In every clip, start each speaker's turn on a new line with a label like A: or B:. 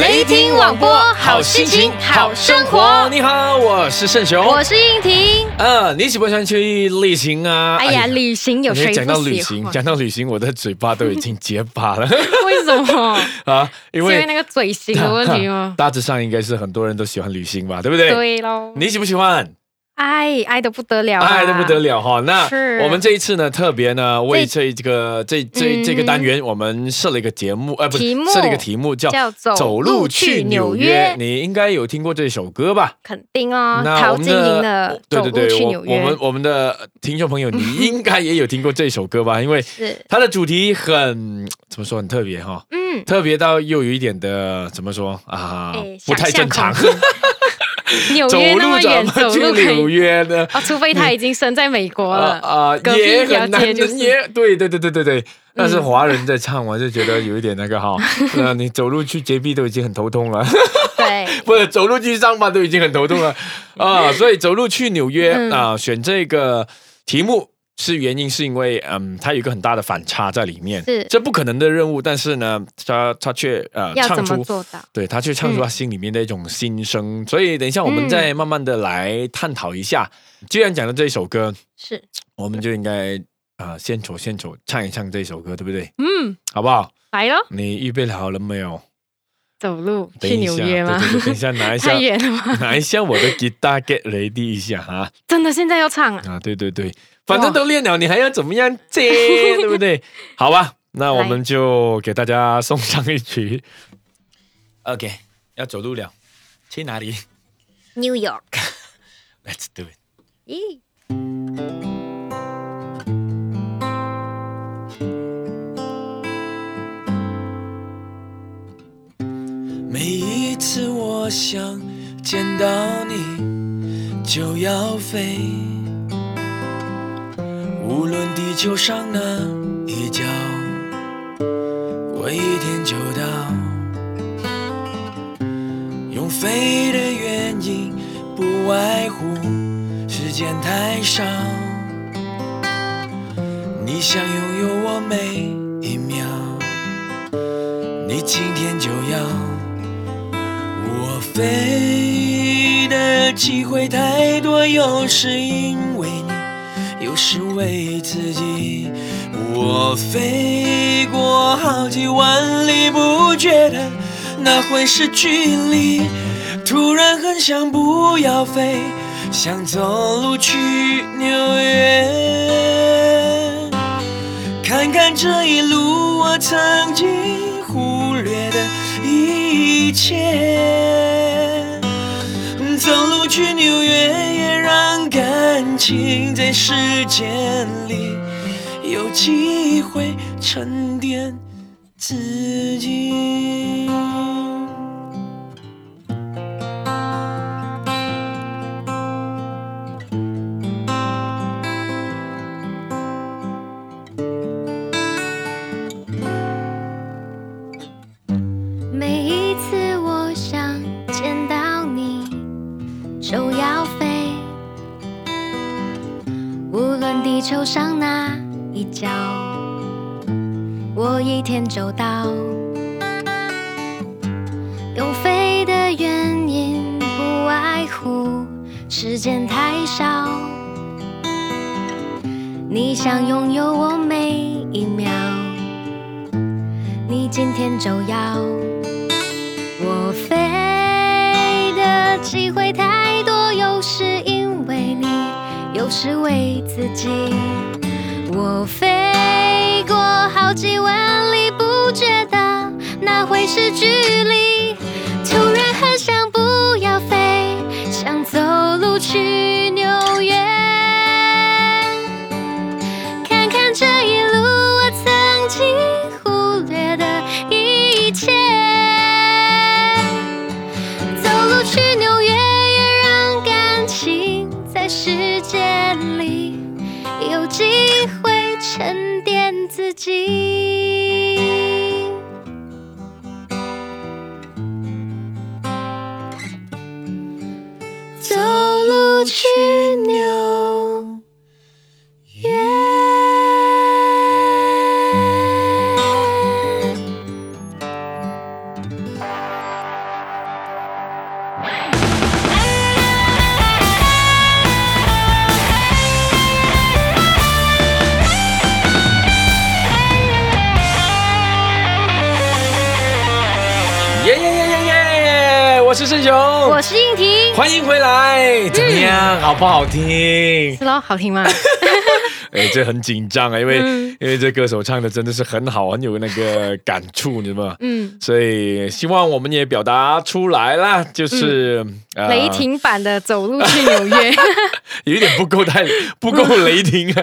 A: 雷霆网播，好心情，好生活。
B: 你好，我是盛雄。
A: 我是应婷。
B: 呃，你喜不喜欢去旅行啊？
A: 哎呀，旅行有谁
B: 讲到
A: 不
B: 旅
A: 喜
B: 行，
A: 欢？
B: 讲到旅行，我的嘴巴都已经结巴 了
A: 为什么？
B: 啊！ 因
A: 是因为
B: 为
A: 那个嘴型的问题吗？
B: 大致上应该是很多人都喜欢旅行吧，对不 对？
A: 对喽，
B: 你喜不喜欢？
A: 爱爱的不得了、啊，
B: 爱的不得
A: 了。
B: 了哈！那
A: 是
B: 我们这一次呢，特别呢为这这个这这
A: 嗯
B: 这个单元，我们设了一个节目，呃，不是
A: 题目
B: 设了一个题目叫
A: 叫
B: 《
A: 走
B: 走路
A: 路
B: 去
A: 去
B: 纽
A: 纽
B: 约
A: 约》，
B: 你应该有听过这首歌吧？
A: 肯定哦，
B: 那
A: 陶
B: 我们哦
A: 晶莹的《
B: 对
A: 走
B: 对
A: 路
B: 对，
A: 去
B: 我
A: 纽
B: 我
A: 约
B: 们》我们的听众朋友，你应该也有听过这首歌吧？因为
A: 是，
B: 它的主题很怎么说，很特别哈、
A: 嗯，
B: 特别到又有一点的怎么说啊、
A: 哎
B: 不太正常。
A: 想象 纽
B: 走
A: 约那
B: 路
A: 么
B: 怎
A: 远，
B: 么
A: 走
B: 去
A: 路可
B: 纽
A: 以
B: 约呢？
A: 啊，除非他已经身在美国了。
B: 啊啊
A: 隔壁
B: 也
A: 了
B: 很难，
A: 解就是嗯
B: 也对对对对对对。但是华人在唱，我就觉得有一点那个 哈，那你走路去街 b 都已经很头痛了，
A: 对，
B: 不是走路去上班都已经很头痛 了啊！所以走路去纽约
A: 嗯
B: 啊，选这个题目。是原因是因为，嗯，它有一个很大的反差在里面，
A: 是
B: 这不可能的任务，但是呢，他他却呃
A: 要
B: 唱
A: 怎么
B: 出
A: 做到？
B: 对他去唱出他心里面的一种心声，所以等一下我们
A: 嗯
B: 再慢慢的来探讨一下。既然讲到这首歌，
A: 是，
B: 我们就应该啊、呃献丑献丑唱一唱这首歌，对不对？
A: 嗯，
B: 好不好？
A: 来咯，
B: 你预备好了没有？
A: 走路
B: 等
A: 去
B: 一下，
A: 纽约吗？
B: 对对对等一下拿一 下
A: 太远了吗？
B: 拿一下我的吉他 get ready 一下啊
A: 真的现在要唱啊？
B: 啊！对对对，反正都练了，你还要怎么样接？对不对？好吧，那我们就给大家送上一曲。OK，要走路了，去哪里
A: New York。
B: ？Let's do it。
A: 咦，
B: 每一次我想见到你，就要飞。无论地球上哪一角，我一天就到。用飞的原因不外乎时间太少。你想拥有我每一秒，你今天就要。我飞的机会太多，有时因为你，有时为自己。我飞过好几万里，不觉得那会是距离。突然很想不要飞，想走路去纽约。看看这一路我曾经忽略的一切。走路去纽约，也让感情在时间里有机会沉淀自己。
C: 每一次我想见到你，就要飞，无论地球上哪一角，我一天就到。用飞的原因不外乎时间太少，你想拥有我每一秒，你今天就要。我飞的机会太多，有时因为你，有时为自己。我飞过好几万里，不觉得那会是距离。突然很想不要飞，想走路去纽约，看看这一路我曾经忽略的一切。走路去纽约，也让感情在时间里有机会沉淀自己。
B: 我是盛雄，
A: 我是嗯应婷，
B: 欢迎回来，怎么样，好不好听？
A: 是喽，好 听吗？
B: 哎、这很紧张啊，因为、
A: 嗯
B: 因为这歌手唱的真的是很好，很有那个感触，你知道吗？
A: 嗯，
B: 所以希望我们也表达出来啦，就是、呃
A: 嗯雷霆版的《走路 去纽约》
B: 有一点不够 太不够雷霆啊。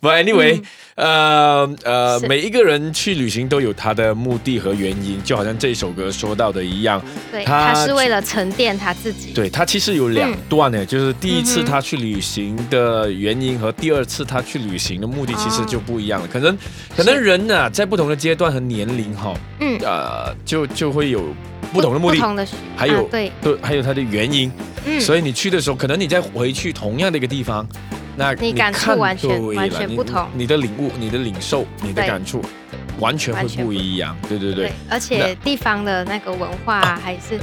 B: But anyway，、呃呃，
A: 嗯是
B: 每一个人去旅行都有他的目的和原因，就好像这首歌说到的一样，
A: 对，
B: 他
A: 他是为了沉淀他自己。
B: 对他其实有两
A: 嗯
B: 段呢，就是第一次
A: 嗯哼
B: 他去旅行的原因和第二次他去旅行的目的其实就不一样了。可能可能人呐、在不同的阶段和年龄哈、
A: 嗯，
B: 呃，就就会有不同的目的
A: 不，同的需
B: 还有、
A: 啊对，
B: 对，还有它的原因。
A: 嗯，
B: 所以你去的时候，可能你再回去同样的一个地方，那
A: 你感触
B: 看
A: 完全
B: 对了
A: 完全
B: 你
A: 不同
B: 你你的领悟、你的领受、你的
A: 对
B: 感触，完全会
A: 完全
B: 不
A: 不
B: 一样。对对对
A: 对，，而且地方的那个文化啊还是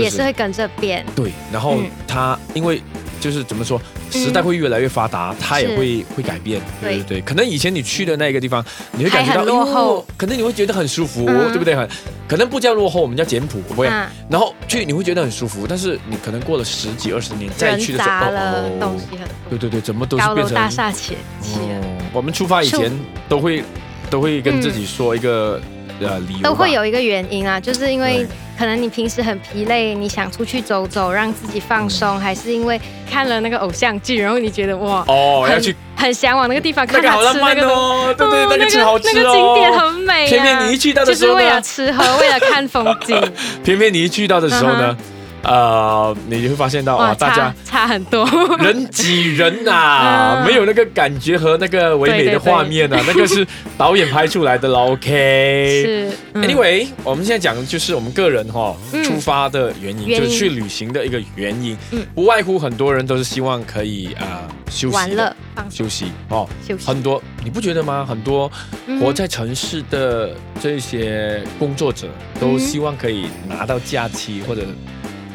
A: 也是会跟着变。
B: 对，然后
A: 嗯
B: 它因为就是怎么说，时代
A: 嗯
B: 会越来越发达，它也
A: 是
B: 会会改变，对
A: 对
B: 对对。可能以前你去的那个地方，你会感觉
A: 还
B: 到
A: 很落
B: 哎呦
A: 后
B: 可能你会觉得很舒服，
A: 嗯
B: 对不对？很可能不叫落后，我们叫简朴，不会。
A: 啊，
B: 然后去你会觉得很舒服，但是你可能过了十几二十年再
A: 人
B: 去的时候，
A: 杂了
B: 哦，
A: 东西很
B: 对
A: 多，
B: 对对，怎么都是
A: 高
B: 变
A: 楼
B: 成
A: 大厦起起了，
B: 哦。我们出发以前都会都会跟自己说一个呃理由吧，
A: 嗯都会有一个原因啊，就是因为
B: 对
A: 可能你平时很疲累，你想出去走走，让自己放松，还是因为看了那个偶像剧，然后你觉得哇，
B: 嗯哦，
A: 很
B: 要去
A: 很向往那个地方，
B: 那
A: 看
B: 个
A: 他
B: 好浪
A: 吃那
B: 漫
A: 个东西。
B: 哦，对对，那个吃好吃
A: 那个景点
B: 哦。
A: 很美、啊，
B: 偏偏你一去到的时
A: 就是
B: 候
A: 为了
B: 呢，
A: 吃喝，为了看风 景，
B: 偏偏你一去到的时候呢，呃，你就会发现到啊，
A: 嗯哇，
B: 大家
A: 差差很 多。
B: 人挤人呐，
A: 嗯
B: 没有那个感觉和那个唯美的
A: 对对对
B: 画面啊，那个是导演拍出来的 啦。OK，
A: 是、嗯
B: Anyway，我们现在讲的就是我们个人哈、
A: 嗯
B: 出发的原因，
A: 原因
B: 就是去旅行的一个原因，
A: 嗯
B: 不外乎很多人都是希望可以啊、呃、休息
A: 玩
B: 的
A: 乐、放松、
B: 休息哦，
A: 休息，
B: 很多你不觉得吗？很多
A: 嗯
B: 活在城市的这些工作者都
A: 嗯
B: 希望可以拿到假期或者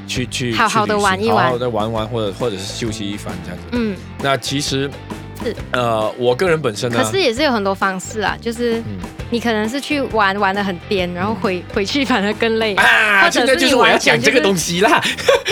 B: 去去
A: 好好
B: 去
A: 地
B: 旅行
A: 玩一玩
B: 好好的玩玩，或者或者是休息一番这样子。
A: 嗯，
B: 那其实
A: 是
B: 呃，我个人本身呢，
A: 可是也是有很多方式啊，就是
B: 嗯
A: 你可能是去玩玩的很颠，然后回回去反而更 累。
B: 啊，
A: 或者
B: 现在
A: 是
B: 就
A: 你
B: 是我要
A: 完全
B: 讲这个
A: 就是
B: 东西啦。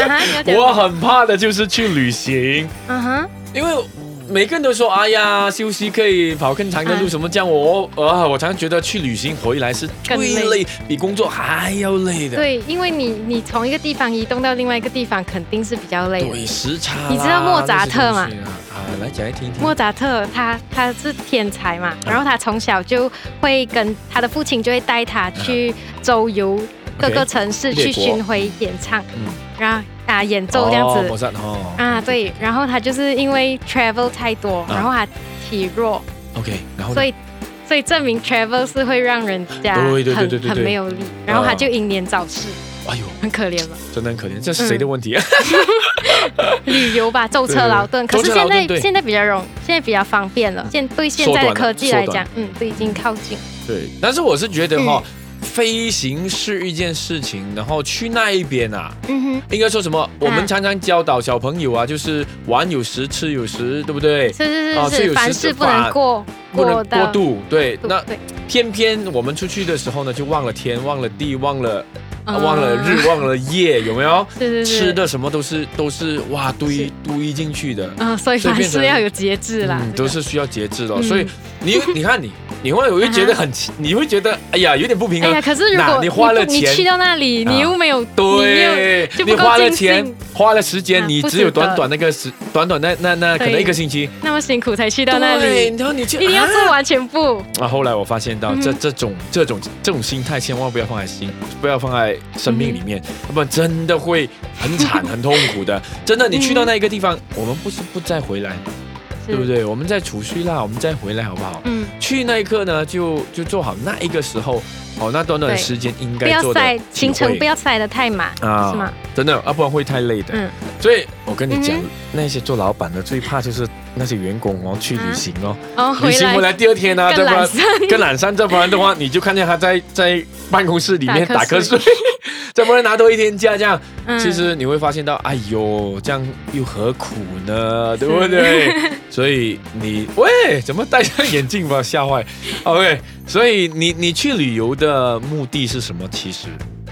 A: 啊哈，你要讲
B: 我很怕的就是去旅行，
A: 嗯哼，
B: 因为每个人都说，哎呀，休息可以跑更长的路，
A: 嗯
B: 什么这样我啊，我常常觉得去旅行回来是最
A: 更累
B: 累，比工作还要累的。
A: 对，因为你你从一个地方移动到另外一个地方，肯定是比较累的。
B: 对，时差啦。
A: 哎你知道莫扎特吗
B: 那些东西啊，啊来讲来听一听。
A: 莫扎特他他是天才嘛，
B: 嗯
A: 然后他从小就会跟他的父亲就会带他去周游各
B: OK，
A: 个城市
B: 列
A: 去
B: 国
A: 巡回演唱
B: 嗯，
A: 然后啊演奏这样
B: 哦
A: 子
B: 莫扎特哦
A: 啊对，然后他就是因为 travel 太多，
B: 啊
A: 然后他体弱，
B: ，OK，然后呢
A: 所以所以证明 travel 是会让人家
B: 对对对对对
A: 很
B: 对啊
A: 很没有力，然后他就英年早逝，
B: 哎呦，
A: 很可怜了。
B: 真的很可怜，这是谁的问题啊？
A: 嗯旅游吧，舟车劳顿。
B: 对
A: 可
B: 对对 舟
A: 是
B: 车劳顿
A: 现在
B: 对
A: 现在比较容，现在比较方便了。现对现在
B: 缩
A: 的
B: 短了
A: 科技来
B: 缩短
A: 讲，嗯，都已经靠近。
B: 对，但是我是觉得
A: 嗯
B: 哈，飞行是一件事情，然后去那一边啊，
A: 嗯
B: 应该说什么？我们常常教导小朋友啊，就是玩有时，吃有时，对不对
A: 哼，？是是
B: 哦
A: 是
B: 是有
A: 是，凡
B: 时
A: 事不能
B: 法
A: 过
B: 不能
A: 到
B: 过度。对，
A: 度
B: 那
A: 对，
B: 偏偏我们出去的时候呢，就忘了天，忘了地，忘了、啊
A: 嗯
B: 忘了日，忘了夜，有没有？
A: 是是是
B: 吃的什么都是都是哇堆
A: 是
B: 堆进去的，
A: 嗯，所以
B: 所以
A: 凡
B: 变成嗯
A: 事要有节制啦。这个
B: 都是需要节制的哦。
A: 嗯啊
B: 所以你你看你，你会会觉得很奇，你会觉得哎呀有点不平
A: 哎
B: 衡
A: 呀，。可是如
B: 那
A: 果
B: 你花了
A: 不你
B: 钱
A: 去到那里，
B: 啊
A: 你又没有，你没有
B: 对，
A: 就不
B: 你
A: 够
B: 花了
A: 尽
B: 钱
A: 兴，
B: 花了时间，
A: 啊
B: 你
A: 不
B: 只有
A: 值
B: 短
A: 得
B: 短那个时，短短那那那可能
A: 对
B: 一个星期，
A: 那么辛苦才去到那
B: 对
A: 里，
B: 然后你就
A: 一定要
B: 啊
A: 做完全部。
B: 啊，后来我发现到
A: 嗯哼
B: 这这种这种这种心态，千万不要放在心，不要放在生命里
A: 嗯
B: 面，要不然真的会很惨、很痛苦 的。真的，你去到那一个地方，我们不是不再回来，
A: 嗯
B: 对
A: 是
B: 不？对？我们再储蓄啦，我们再回来，好不好？
A: 嗯，
B: 去那一刻呢，就就做好那一个时候，哦，那短短的
A: 对
B: 时间应
A: 不
B: 该
A: 要
B: 做的
A: 塞行程，不
B: 要
A: 要塞得太满，
B: 啊
A: 是吗？？
B: 真的，要不然会太累的。
A: 嗯，
B: 所以我跟你讲
A: 嗯哼，
B: 那些做老板的最怕就是那些员工哦去旅行哦，
A: 哦，
B: 旅
A: 回
B: 行
A: 来
B: 回来第二天呢、啊，
A: 更
B: 对
A: 懒
B: 吧？
A: 散。
B: 跟懒散，这不然的话，你就看见他在在办公室里面打
A: 打
B: 瞌
A: 瞌
B: 睡
A: 睡，
B: 这不然拿多一天假这样，
A: 嗯
B: 其实你会发现到，哎呦，这样又何苦呢，对不对？ 所以你喂，怎么戴上眼镜吧，吓坏。OK，所以你你去旅游的目的是什么？其实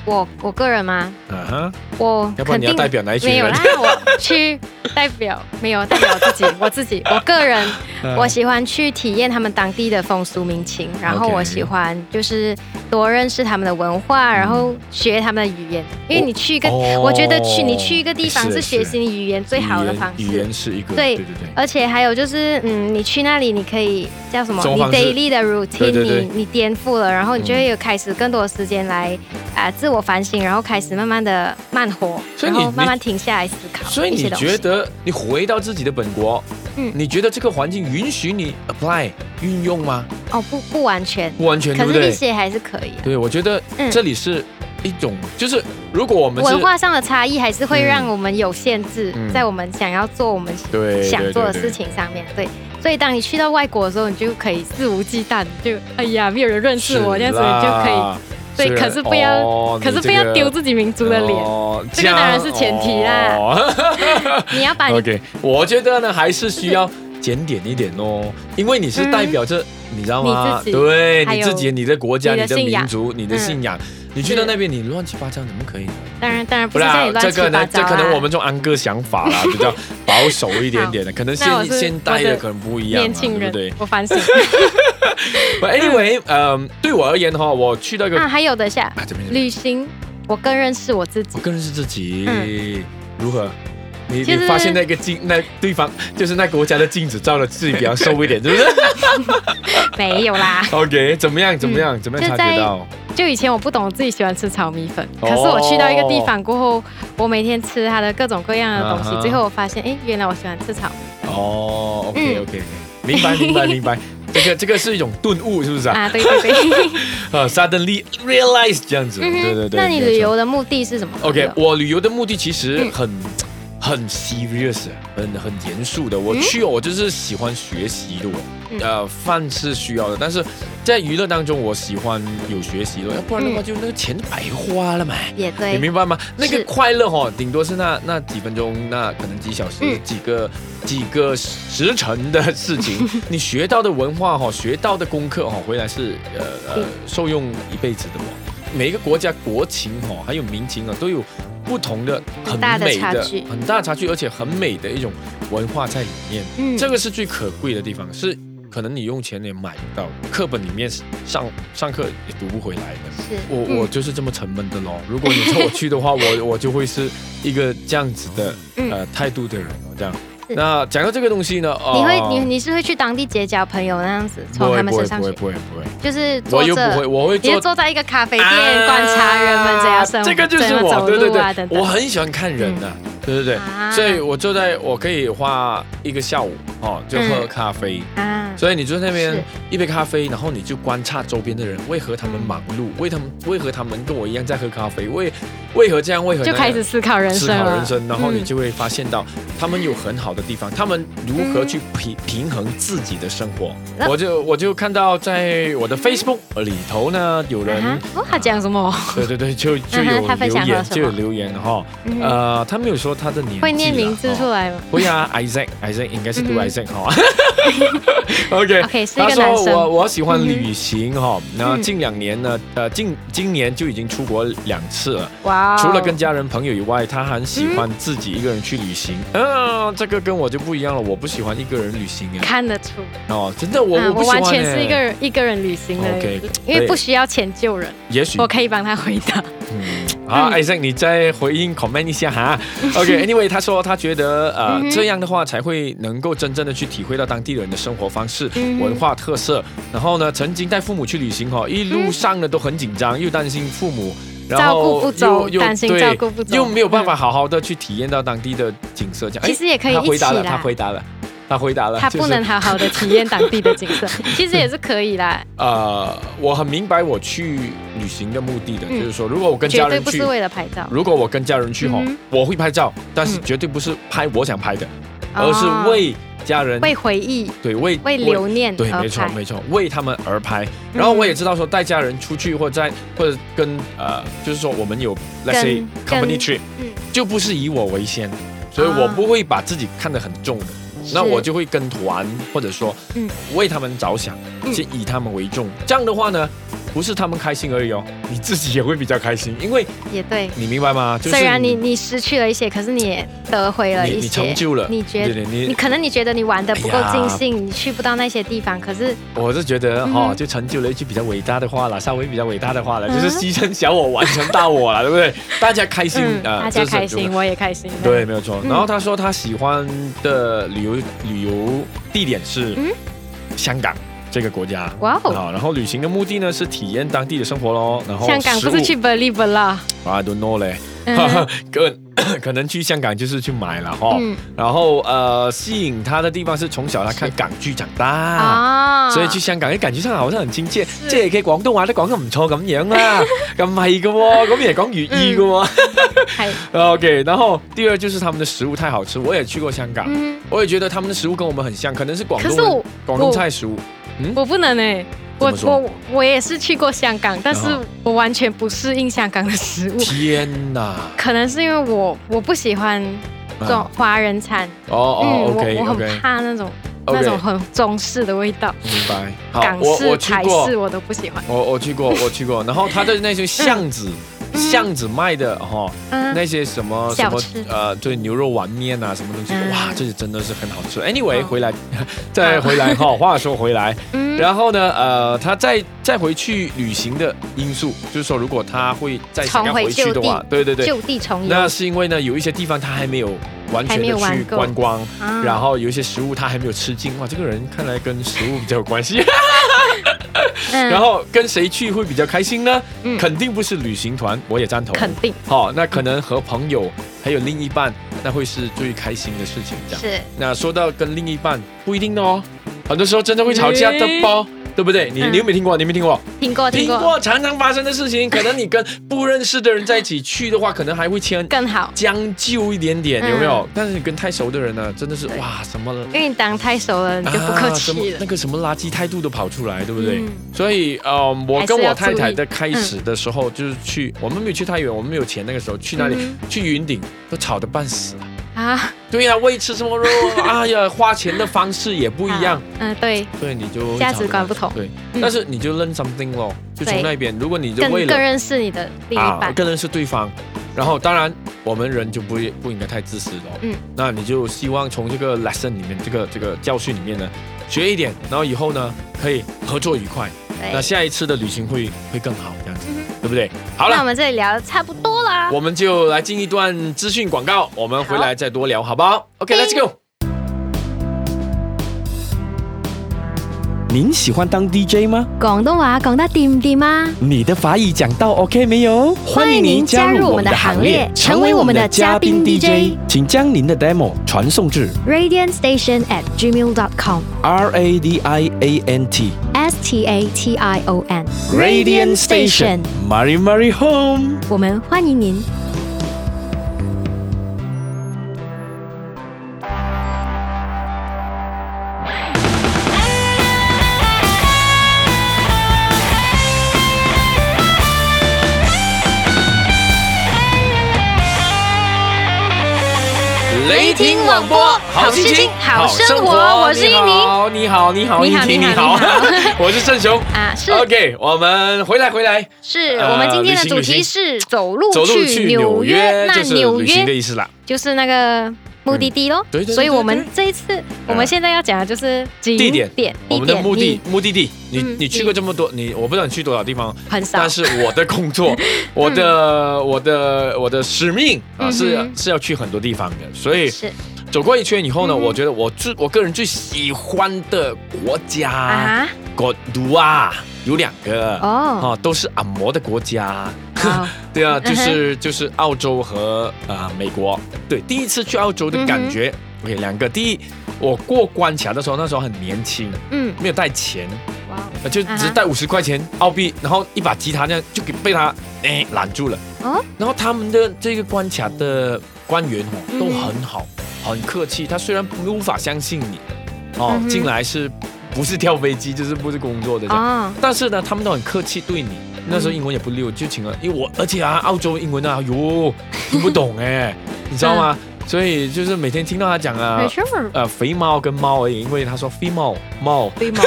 A: 我我个人吗？
B: 嗯哼，
A: 我
B: 要不然
A: 肯
B: 你要
A: 定
B: 代表哪一群
A: 没有
B: 人
A: 啦？，我去代表没有代表 我自己，我自己我个人
B: 嗯
A: 我喜欢去体验他们当地的风俗民情，然后
B: OK
A: 我喜欢就是多认识他们的文化，然后学他们的语言。因为你去一个，
B: 哦
A: 我觉得去你去一个地方
B: 是
A: 是学
B: 是
A: 习你语言最好的
B: 哦语言
A: 方
B: 语
A: 式呃
B: 言。是一个，
A: 对
B: 对对对，
A: 而且还有就是，嗯，你去那里你可以叫什么？
B: 生
A: 你
B: 活方式
A: daily 的 routine
B: 对对对
A: 你你颠覆了，然后你就会有开始更多的时间来啊、自我反省，然后开始慢慢的慢活，
B: 所以
A: 然
B: 你
A: 后慢慢
B: 你
A: 停下来思考
B: 所以
A: 一些
B: 你
A: 东西。
B: 觉得你回到自己的本国，
A: 嗯
B: 你觉得这个环境允许你 apply 运用吗？
A: 哦，不不完全，
B: 不完全，对
A: 可
B: 不
A: 是那
B: 对？
A: 些还是可以的。
B: 对，我觉得
A: 嗯
B: 这里是一种，就是如果我们是
A: 文化上的差异还是会让
B: 嗯
A: 我们有限制，
B: 嗯
A: 在我们想要做我们
B: 对
A: 想做的
B: 对对对
A: 事情上面。对，所以当你去到外国的时候，你就可以肆无忌惮，就哎呀，没有人认识我，这样子你就可以。
B: 以
A: 对，可是不要，可是不要丢自己民族的脸，
B: 哦
A: 这个当然是前提啦
B: 哦
A: 你要把 你
B: OK，我觉得呢还是需要检点一点哦，因为你是代表着、你知道吗？
A: 嗯你自己
B: 对，
A: 还
B: 你
A: 有
B: 自己、你的国家、
A: 你
B: 你
A: 的
B: 的
A: 信仰
B: 民族、你的
A: 嗯
B: 信仰，你去
A: 是
B: 到那边你乱七八糟怎么可以呢？
A: 当然当然
B: 不
A: 不是
B: 啦
A: 叫
B: 这
A: 你，乱七
B: 个
A: 八
B: 呢，
A: 糟
B: 这
A: 啊。
B: 可能我们这种安哥想法 啦，比较保守一点点的，可能现
A: 那我是
B: 现代的
A: 我的
B: 可能不一样啦，啊
A: 年轻人，
B: 对不对
A: 我反 省
B: ？But anyway，嗯，对我而言哈，我去到一个
A: 啊，还有等一下
B: 啊，这边这边
A: 旅行，我更认识我自己
B: 我。更认识自
A: 嗯
B: 己，如何？你
A: 就
B: 你
A: 是
B: 发现那个 镜，那对方就是那国家的镜子照的自己比较瘦 一点，是不是
A: 没有啦，
B: ？OK，怎么样？怎么样？怎么样
A: 嗯就
B: 察觉
A: 在
B: 到？
A: 就以前我不懂我自己喜欢吃炒米粉，
B: 哦
A: 可是我去到一个地方过后，我每天吃它的各种各样的东
B: 啊
A: 西
B: 哈，
A: 最后我发现，哎，原来我喜欢吃炒
B: 哦，OK
A: 嗯
B: OK，明白明白明 白，这个这个是一种顿悟，是不 是啊？
A: 啊，对对 对，
B: 啊，suddenly realize 这样子，
A: 嗯哼
B: 对对对。
A: 那
B: 没
A: 你
B: 有错
A: 旅游的目的是什么
B: OK，
A: 我
B: 我旅游的目的其实很、很 serious，很很严肃的。我去哦，我就是喜欢学习的我。
A: 嗯
B: 呃，饭是需要的，但是在娱乐当中，我喜欢有学习的，要不然的话就那个钱白花了嘛。
A: 也
B: 你
A: 对，
B: 明白吗？那个
A: 是
B: 快乐哈、哦，顶多是那那几分钟，那可能几小时、
A: 嗯
B: 几个几个时辰的事 情。你学到的文化哈、哦，学到的功课哈、哦，回来是呃呃
A: 嗯
B: 受用一辈子的哦。每一个国家国情哦，还有民情啊，都有不同的很
A: 很大的
B: 美
A: 差
B: 的
A: 距
B: 很大的差距，而且很美的一种文化在里面。
A: 嗯
B: 这个是最可贵的地方，是可能你用钱也买不到，课本里面上上课也读不回来的。
A: 是嗯
B: 我我就是这么沉闷的咯。如果你叫我去的话， 我我就会是一个这样子的
A: 嗯
B: 呃态度的人哦，这样。
A: 是
B: 那讲到这个东西呢，
A: 嗯
B: 哦
A: 你会你你是会去当地结交朋友那样子，
B: 不
A: 从
B: 会
A: 他们
B: 不会
A: 身上
B: 不会
A: 学，
B: 不会不会，
A: 就是
B: 我
A: 坐
B: 又不会，
A: 着，
B: 我会
A: 你
B: 坐
A: 是坐在一个咖啡店
B: 啊
A: 观察人们怎样生活，
B: 这个就是
A: 怎样
B: 我，
A: 走
B: 对对
A: 路啊
B: 对
A: 等，
B: 我
A: 等，
B: 很喜欢看人的、对对对、
A: 啊
B: 所以我坐在我可以花一个下午哦，就喝
A: 嗯
B: 咖啡。
A: 啊，
B: 所以你就在那边
A: 是
B: 一杯咖啡，然后你就观察周边的人，为何他们忙碌，为他们为何他们跟我一样在喝咖啡，为为何这样，为何那
A: 就
B: 样
A: 开始思考人
B: 思
A: 生
B: 考
A: 了，
B: 人生，然后你
A: 嗯
B: 就会发现到他们有很好的地方，他们如何去平平衡自己的生活。
A: 嗯那
B: 我就我就看到在我的 Facebook 里头呢，有
A: 啊
B: 人
A: 哈哦，他讲什么？
B: 对对对，就就有
A: 嗯哼他分
B: 留
A: 享了
B: 言，
A: 什么
B: 就有留言哈。
A: 嗯
B: 呃，他没有说他的年纪啦，
A: 会念名字
B: 哦
A: 出来吗？
B: 不呀，Isaac Isaac 应该是读
A: 嗯哼
B: Isaac 哈。OK
A: OK，是一
B: 他
A: 个男
B: 说
A: 生
B: 我我喜欢旅行哈，那
A: 嗯
B: 近两年呢，呃，近今年就已经出国两次了。
A: 哇哦
B: 除了跟家人朋友以外，他很喜欢自己一个人去旅行。嗯，这个跟我就不一样了，我不喜欢一个人旅 行哎。
A: 看得出，
B: 哦，真的我
A: 嗯
B: 我不喜欢
A: 完全是一个
B: 哎。
A: 人一个人旅行的
B: OK，
A: 因为不需要钱救人，
B: 也许
A: 我可以帮他回答。
B: 嗯，好，Isaac，你再回应 comment 一下 哈。OK，Anyway，、他说他觉得呃、
A: 嗯哼
B: 这样的话才会能够真正的去体会到当地人的生活方式、
A: 嗯哼嗯
B: 文化特色。然后呢，曾经带父母去旅行哈，一路上呢都很紧张，又担心父母。然
A: 照顾
B: 后
A: 不
B: 又
A: 周
B: 又
A: 担心
B: 对
A: 照顾不周
B: 又没有办法好好的去体验到当地的景色，这样。哎
A: 嗯其实也可以
B: 他
A: 一
B: 回
A: 起
B: 答了，他
A: 啦，
B: 回答了，他回答了。
A: 他
B: 就
A: 不
B: 是
A: 能好好的体验当地 的景色，其实也是可以啦，
B: 呃，我很明白我去旅行的目的的，
A: 嗯
B: 就是说，如果我跟
A: 绝
B: 家
A: 对
B: 人
A: 不
B: 去
A: 是，为了拍照，
B: 如果我跟家人去吼，
A: 嗯哼
B: 我会拍照，但是
A: 嗯
B: 绝对不是拍我想拍的，而
A: 哦
B: 是为家人，
A: 为回忆、
B: 对为
A: 为留念
B: 对，
A: 而
B: 没错
A: 拍。
B: 没错，为他们而拍。然后我也知道说带家人出去，或者
A: 嗯
B: 在或者跟呃，就是说我们有 let's say
A: 跟
B: company trip，
A: 嗯
B: 就不是以我为先，所以
A: 啊
B: 我不会把自己看得很重的。那
A: 是
B: 我就会跟团，或者说
A: 嗯
B: 为他们着想，
A: 嗯
B: 先以他们为重。这样的话呢，不是他们开心而已哦，你自己也会比较开心，因为
A: 也对。
B: 你明白吗？就是
A: 虽然你你失去了一些，可是你也得回了
B: 你
A: 一
B: 你
A: 些。
B: 成就了，
A: 你觉
B: 对
A: 得
B: 对
A: 你可能你觉得你玩的不够
B: 哎呀
A: 尽兴，你去不到那些地方，可是
B: 我是觉得
A: 嗯
B: 哈、
A: 哼
B: 就成就了一句比较伟大的话了，稍微比较伟大的话了，就是
A: 嗯
B: 牺牲小我，完成大我 了，对不对？大家开心
A: 嗯，
B: 啊，
A: 大家
B: 这是很
A: 开
B: 重要
A: 心，。我也开心。
B: 对，，没有错。
A: 嗯
B: 然后他说他喜欢的旅游旅游地点是
A: 嗯
B: 香港这个国家啊、
A: 哇哦，
B: 然后旅行的目的呢是体验当地的生活咯。然后
A: 香港不是去 Believe 啦？
B: 啊，don't know 嘞，
A: 嗯
B: 可 可能去香港就是去买了哈、
A: 嗯
B: 然后呃，吸引他的地方是从小他看港剧长大。
A: 啊
B: 所以去香港嘅感覺真係好像很親切，即係嘅廣東話都講得唔錯咁樣 啦，咁係嘅喎，咁亦係講粵語嘅
A: 系
B: 喎。OK，然後第二就是他們的食物太好吃，我也去過香港，
A: 嗯，
B: 我也覺得他們的食物跟我們很像，可能是廣
A: 可是
B: 東
A: 我
B: 人廣东菜食物。
A: 我不能哎、我
B: 怎么说啊
A: 我我也是去过香港，但是
B: 然后
A: 我完全不适应香港的食物，
B: 天哪！
A: 可能是因为我我不喜欢这种
B: 啊
A: 华人餐，
B: 哦哦
A: 嗯，
B: ，OK
A: 我我
B: OK
A: 很怕那种那种
B: OK，
A: 很中式的味道，
B: 明白。好
A: 港，
B: 我
A: 式、
B: 我去
A: 台
B: 過
A: 式。我都不喜欢。
B: 我我去过，我去过，然后他的那些巷子，巷子卖的哦哈、
A: 嗯，
B: 那些什么什
A: 小
B: 么
A: 吃
B: 呃，对牛肉丸面啊，什么东西，
A: 嗯
B: 哇，这些真的是很好吃。Anyway，、
A: 嗯
B: 回来 再回来哈，话说回来，
A: 嗯
B: 然后呢，呃，他再再回去旅行的因素，就是说如果他会再想要
A: 重回
B: 回去的
A: 旧
B: 话
A: 地，
B: 对对对，
A: 就地重游
B: 那是因为呢，有一些地方他还没有完全
A: 还
B: 的
A: 没有玩
B: 去
A: 够
B: 观光，
A: 啊
B: 然后有一些食物他还没有吃尽，哇，这个人看来跟食物比较有关系。
A: 嗯
B: 然后跟谁去会比较开心呢？
A: 嗯
B: 肯定不是旅行团，我也赞同。
A: 肯定
B: 好、那可能和朋友还有另一半，那会是最开心的事情。这样，
A: 是
B: 那说到跟另一半，不一定的哦，很多时候真的会吵架的包。对不对？你
A: 嗯
B: 你有没有听过？你有没有听过？
A: 听过嗯听
B: 听
A: 过
B: 过常常发生的事情，可能你跟不认识的人在一起去的话，可能还会迁
A: 更好，
B: 将就一点点，有没有
A: 嗯？
B: 但是你跟太熟的人呢，真的是
A: 对
B: 哇什么了？
A: 因为你当太熟了，你就不客
B: 啊什么
A: 气了
B: 那。个什么垃圾态度都跑出来，对不对？
A: 嗯
B: 所以，呃，我
A: 还是
B: 跟我
A: 要
B: 太
A: 注
B: 太
A: 意
B: 的开始的时候，就是去，我们没有去太远，我们没有钱，那个时候去哪里？
A: 嗯
B: 去云顶都吵得半死了。
A: 啊，
B: 对呀、为吃什么 肉？哎呀，花钱的方式也不一样
A: 好，。嗯，对，
B: 对，你就会
A: 价
B: 吵
A: 值
B: 得
A: 观
B: 半
A: 不
B: 死
A: 同
B: 对，
A: 嗯
B: 但是你就 learn something 咯，就从
A: 对
B: 那边，如果你就
A: 更
B: 为了啊
A: 更认识你的另一半。
B: 更认识对方。然后，当然，我们人就不不应该太自私了。
A: 嗯，
B: 那你就希望从这个 lesson 里面，这个这个教训里面呢，学一点，然后以后呢，可以合作愉快。那
A: 对，
B: 下一次的旅行会会更好，这样子
A: 嗯，
B: 对不对？好
A: 那我
B: 了，
A: 们这里聊的差不多啦。
B: 我们就来进一段资讯广告，我们回来再多聊，好不好？OK，Let's、go。
C: 您喜欢当 DJ 吗？
A: 广东话讲得掂唔掂啊？
C: 你的法语讲到 OK 没有？
A: 欢迎您加入我们的行列成为我们的嘉宾 DJ
C: 请将您的 demo 传送至
A: Radiant Station at gmail.com
C: R A D I A N T
A: S T A T I O N
C: Radiant Station Mary Mary Home。
A: 我们欢迎您。
B: 雷霆广播，好心情，
A: 好生活我是
B: 你好你好，你好，
A: 你好
B: 依婷
A: 你好你好
B: 我是郑雄。
A: 啊，是
B: OK，我们回来回来，
A: 是，
B: 呃
A: 我们今天的
B: 旅行
A: 主
B: 旅行
A: 题是走路
B: 走路
A: 去
B: 去
A: 纽
B: 纽
A: 约。
B: 约
A: 那
B: 就是
A: 纽
B: 旅行的
A: 约
B: 意思啦。
A: 就是那个目的地喽。
B: 对对对
A: 所以我
B: 对
A: 们
B: 对
A: 这一次，我们现在要讲的就是景
B: 地
A: 点
B: 点，我们的目的目的地，你
A: 嗯
B: 你去过这么多，你我不知道你去多少地方，
A: 你很少
B: 但。是我的工作， 我的我的我的使命啊，
A: 嗯嗯哼
B: 是是要去很多地方的，所以
A: 是
B: 走过一圈以后呢，
A: 嗯哼
B: 我觉得我最我个人最喜欢的国家
A: 啊，
B: 国度啊有两个
A: 哦，
B: 啊，都是按摩的国家。
A: 好，
B: 对啊，就
A: 嗯哼
B: 是就是澳洲和啊、呃美国。对，第一次去澳
A: 嗯
B: 洲的感觉、o k 两个。第一，我过关卡的时候，那时候很年轻，
A: 嗯，
B: 没有带钱，
A: 哇 哦
B: 呃就
A: 啊哈
B: 只带五十块钱澳币，然后一把吉他这样就给被他哎拦住了。
A: 哦
B: 然后他们的这个关卡的官员哦
A: 嗯
B: 都很好，很客气。他虽然无法相信你，哦，
A: 嗯哼
B: 进来是不是跳飞机，就是不是工作的这样。
A: 哦，
B: 但是呢，他们都很客气对你。那时候英文也 不溜，就请了，因为我而且啊，澳洲英文啊，哟，听不懂哎，你知道吗？所以就是每天听到他讲啊
A: 没，事儿，
B: 呃，肥猫跟猫而已，因为他说 female 猫
A: 对吗？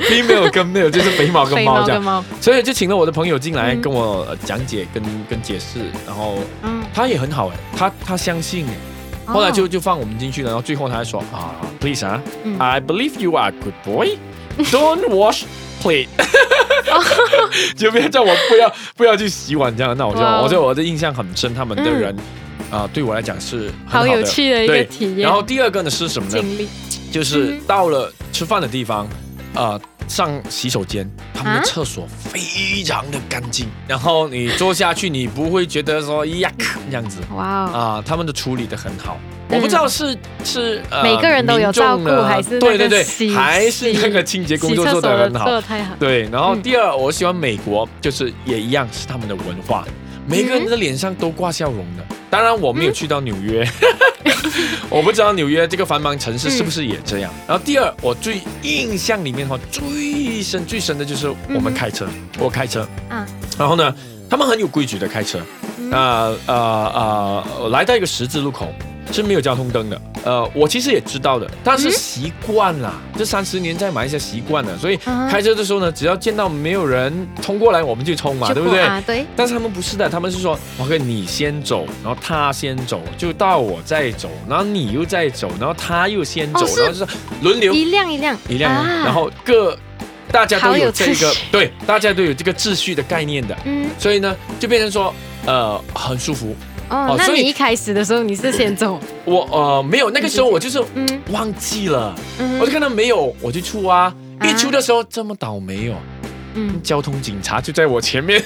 B: female 跟 male 就是肥猫 跟
A: 肥
B: 猫
A: 猫
B: 这
A: 跟
B: 样，
A: 猫，
B: 所以就请了我的朋友进来
A: 嗯
B: 跟我呃讲解跟跟解释，然后
A: 嗯，
B: 他也很好哎，他他相信哎，
A: 哦
B: 后来就就放我们进去了，然后最后他还说啊，please 啊
A: 嗯
B: ，I believe you are a good boy, don't wash plate，就变叫我不要不要去洗碗这样，那我就
A: 哇哦嗯
B: 我就我的印象很深，他们的人啊对我来讲是很
A: 好
B: 的
A: 有趣的一个
B: 对
A: 体验，
B: 然后第二个呢是什么呢？
A: 经历，
B: 就是
A: 嗯
B: 到了吃饭的地方，啊，上洗手间，他们的
A: 啊
B: 厕所非常的干净，然后你坐下去，你不会觉得说哎呀这样子
A: 哇哦，
B: 啊、他们的处理的很好。
A: 嗯
B: 我不知道是是呃
A: 每个人都有照顾
B: 民众呢
A: 还是那
B: 对
A: 个
B: 对对，
A: 洗
B: 还是那个清洁工
A: 洗
B: 作
A: 厕
B: 做
A: 所
B: 得
A: 的
B: 很好
A: 做。的太好，
B: 对，然后
A: 嗯
B: 第二，我喜欢美国，就是也一样是他们的文化，每个人的脸上都挂笑容的。
A: 嗯
B: 当然，我没有去到纽约， 我不知道纽约这个繁忙城市是不是也这样。然后第二，我最印象里面哈最深最深的就是我们
A: 嗯哼
B: 开车，我开车，
A: 嗯
B: 然后呢，他们很有规矩的开车，那呃呃，我来到一个十字路口。是没有交通灯的，呃，我其实也知道的，但是习惯啦，这三十年在马来西亚习惯了，所以
A: 嗯
B: 开车的时候呢，只要见到没有人冲过来，我们就冲嘛，
A: 就
B: 对不对？
A: 啊，对，
B: 但是他们不是的，他们是说，OK，你先走，然后他先走，就到我再走，然后你又再走，然后他又先走，
A: 哦是
B: 然后就是轮流
A: 一辆一辆，
B: 一辆，
A: 啊
B: 然后各大家都
A: 好
B: 有
A: 有
B: 这
A: 秩
B: 个
A: 序
B: 对，大家都有这个秩序的概念的，
A: 嗯，
B: 所以呢，就变成说，呃，很舒服。哦
A: 哦，那
B: 所以
A: 你一开始的时候你是先走，
B: 我呃没有，那个时候我就是
A: 嗯
B: 忘记了，
A: 嗯
B: 我就看到没有，我就出啊，
A: 啊
B: 一出的时候这么倒霉哦。
A: 嗯，
B: 交通警察就在我前 面，